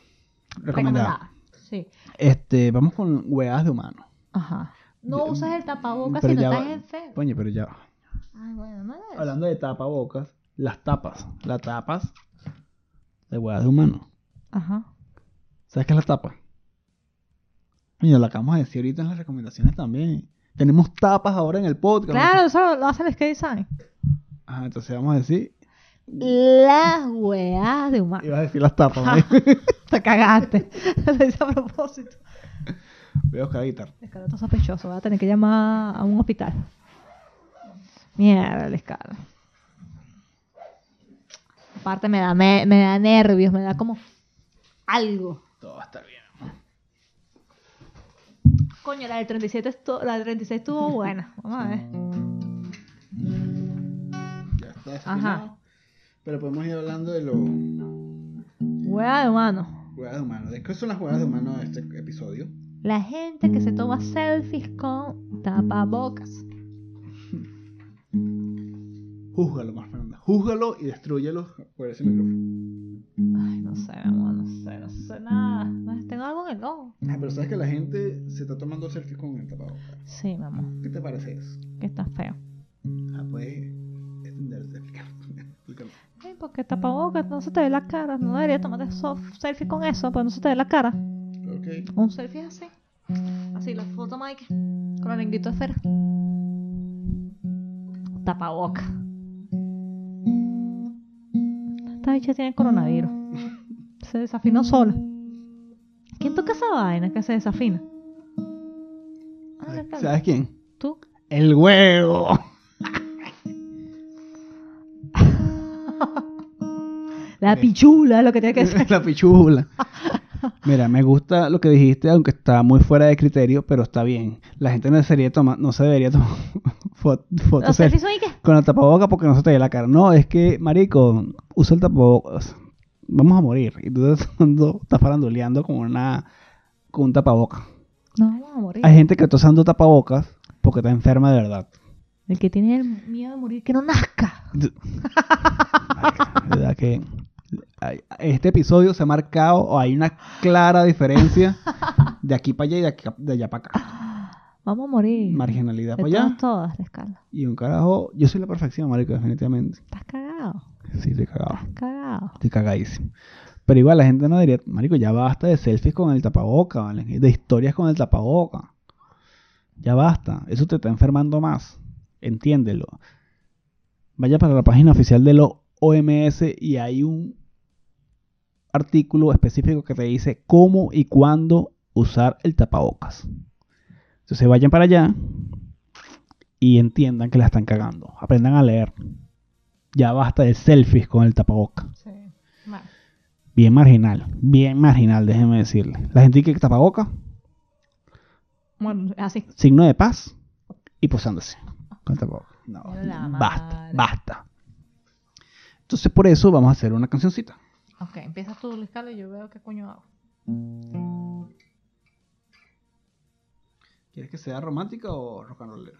Recomendada.
Sí.
Este, vamos con huevadas de humano.
Ajá. No
Yo-
usas el tapabocas
pero
si no
ya
estás
va.
enfermo.
Coño, pero ya. va.
Ay, bueno, no era eso.
Hablando de tapabocas, las tapas. Las tapas de huevadas de humano.
Ajá.
¿Sabes qué es la tapa? Coño, la acabamos de decir ahorita en las recomendaciones también. Tenemos tapas ahora en el podcast.
Claro, eso lo hace el skate design.
Ajá, entonces vamos a decir.
Las weas de humano.
Ibas a decir las tapas. ¿vale?
Te cagaste. Lo hice a propósito.
Voy a buscar la guitarra.
Escalato sospechoso. Voy a tener que llamar a un hospital. Mierda, el escala. Aparte me da, me, me da nervios, me da como algo.
Todo va a estar bien.
Coño, la del 37 estu- la del 36 estuvo buena. Vamos a ver.
Ya está
Ajá.
Pero podemos ir hablando de los
Wea de humano.
huevadas de humano. ¿De qué son las huevadas de humano de este episodio?
La gente que se toma selfies con tapabocas.
Júzgalo, más Fernanda. Júzgalo y destruyelo por ese micrófono.
Ay, no sé, mi amor, no sé, no sé nada. Ay, Tengo algo en el ojo.
Ah, pero sabes que la gente se está tomando selfies con el tapabocas.
Sí, mi amor,
¿Qué te parece eso?
que está feo.
Ah, puedes extenderte. Explícame.
Ay, porque tapabocas, no se te ve la cara. No debería tomarte soft selfie con eso, pues no se te ve la cara.
Ok.
Un selfie así. Así, la foto Mike. Con el lenguito de esfera. Tapaboca. Esta bicha tiene coronavirus. Se desafinó sola. ¿Quién toca esa vaina que se desafina? Ah, la cara.
¿Sabes quién?
¿Tú?
El huevo.
La
Sí.
pichula es lo que tiene que ser.
la pichula. Mira, me gusta lo que dijiste, aunque está muy fuera de criterio, pero está bien. La gente no, sería toma, no se debería tomar fo-
Los
fotos selfies
selfies son y qué.
con el tapabocas porque no se te ve la cara. No, es que, marico, usa el tapabocas. Vamos a morir. Y tú estás usando- estás faranduleando con una con un tapabocas.
No vamos a morir.
Hay gente que está usando tapabocas porque está enferma de verdad.
El que tiene el miedo de morir, que no nazca.
Marica, de verdad que ay, este episodio se ha marcado o hay una clara diferencia de aquí para allá y de, acá- de allá para acá.
Vamos a morir.
Marginalidad
de
para allá
todas, todas, la escala.
y un carajo. Yo soy la perfección, marico, definitivamente.
Estás cagado.
Sí, estoy cagado.
Estás cagado.
Estoy cagadísimo. Pero igual la gente no diría, marico, ya basta de selfies con el tapaboca, ¿vale? De historias con el tapaboca. Ya basta. Eso te está enfermando más. Entiéndelo. Vaya para la página oficial de los OMS y hay un artículo específico que te dice cómo y cuándo usar el tapabocas. Entonces vayan para allá y entiendan que la están cagando. Aprendan a leer. Ya basta de selfies con el tapaboca.
Sí. Bueno,
Bien marginal, bien marginal, déjenme decirle. La gente que tapaboca,
bueno, así.
signo de paz y posándose con el tapaboca. No,
La
basta,
madre.
basta. Entonces por eso vamos a hacer una cancioncita.
Ok, empiezas tú, Luis Carlos, y yo veo qué coño hago.
¿Quieres que sea romántica o rock and rollera?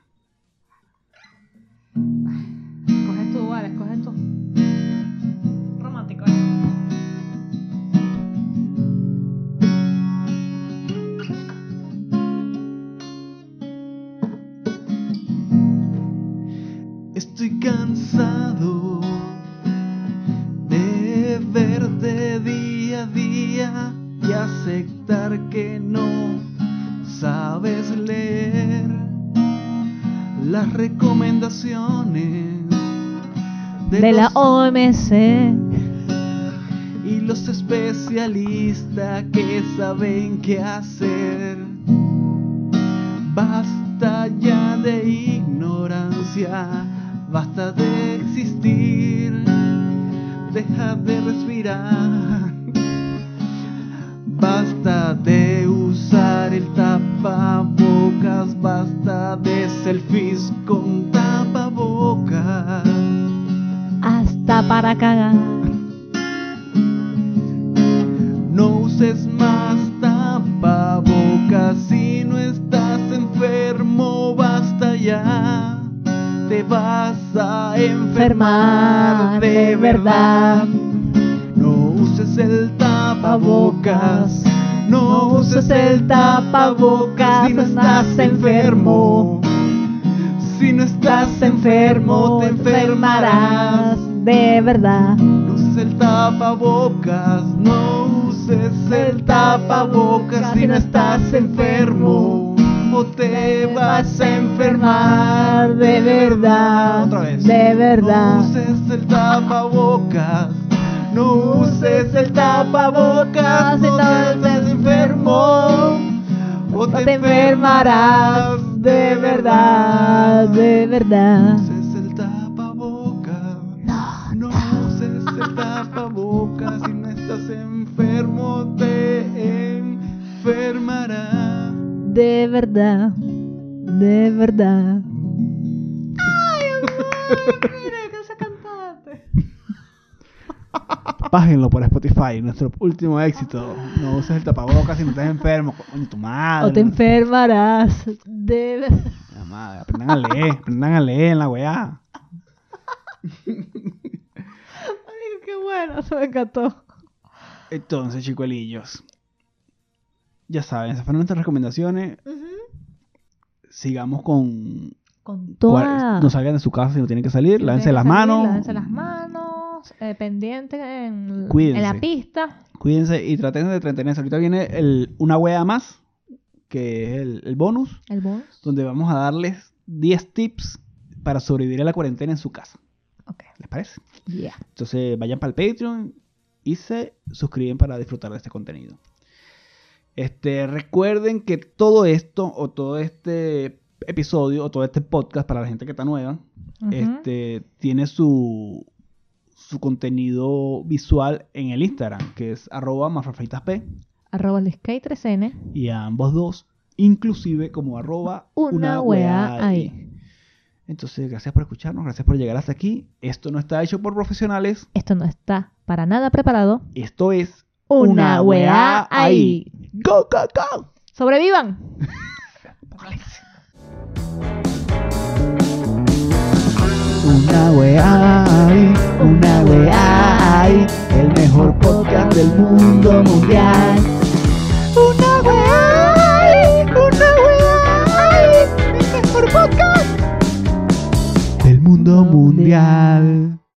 Coges tú, vale, coges tú. Romántico, ¿eh?
Estoy cansado de verte día a día y aceptar que no sabes leer las recomendaciones de,
De la
los-
OMC.
y los especialistas que saben qué hacer. Basta ya de ignorancia, basta de existir, deja de respirar, basta de usar el tapabocas, basta de selfies con tapabocas.
Hasta para cagar.
No uses más tapabocas si no estás enfermo, basta ya. Te vas a enfermar
Enfermar
de
de
verdad.
verdad.
No uses el tapabocas. No uses el tapabocas si no estás enfermo. Si no estás enfermo, te enfermarás.
De verdad.
No uses el tapabocas, no uses el tapabocas si no estás enfermo o te vas a enfermar de verdad.
Otra vez. De verdad.
No uses el tapabocas, no uses el tapabocas si no estás enfermo o te enfermarás de verdad.
de verdad.
No uses el tapabocas.
No,
No uses el tapabocas, si no estás enfermo te enfermarás.
de verdad, de verdad. ¡Ay, amor! Mira, que se cantante.
Pájenlo por Spotify, nuestro último éxito. No uses el tapabocas si no estás enfermo. Coño, tu madre.
O te enfermarás. De verdad.
La madre, aprendan a leer, aprendan a leer en la weá.
Ay, qué bueno, se me encantó.
Entonces, chicuelillos. Ya saben, esas fueron nuestras recomendaciones. Sigamos con...
Con
cual-
toda.
No salgan de su casa si no tienen que salir.
Tienen
Lávense
que
las
salir,
manos.
Lávense las manos. eh, pendiente en, en
Cuídense.
la pista.
Cuídense y traten de entretenerse. Ahorita viene el, una wea más, que es el, el bonus,
El bonus.
donde vamos a darles 10 tips para sobrevivir a la cuarentena en su casa.
Ok.
¿Les parece?
Yeah.
Entonces vayan para el Patreon y se suscriben para disfrutar de este contenido. Este, recuerden que todo esto o todo este episodio o todo este podcast para la gente que está nueva,
Ujú.
este, tiene su, su contenido visual en el Instagram, que es arroba masrafeitasp.
Arroba Luis K 3N.
y a ambos dos, inclusive como arroba
Una
weá
weá ahí.
Entonces, gracias por escucharnos, gracias por llegar hasta aquí. Esto no está hecho por profesionales,
Esto no está para nada preparado.
esto es
Una weá
weá
ahí.
¡Go, go, go!
¡Sobrevivan!
Una weá ahí, una weá ahí, el mejor podcast del mundo mundial. Una weá ahí, una weá ahí, el mejor podcast del mundo mundial.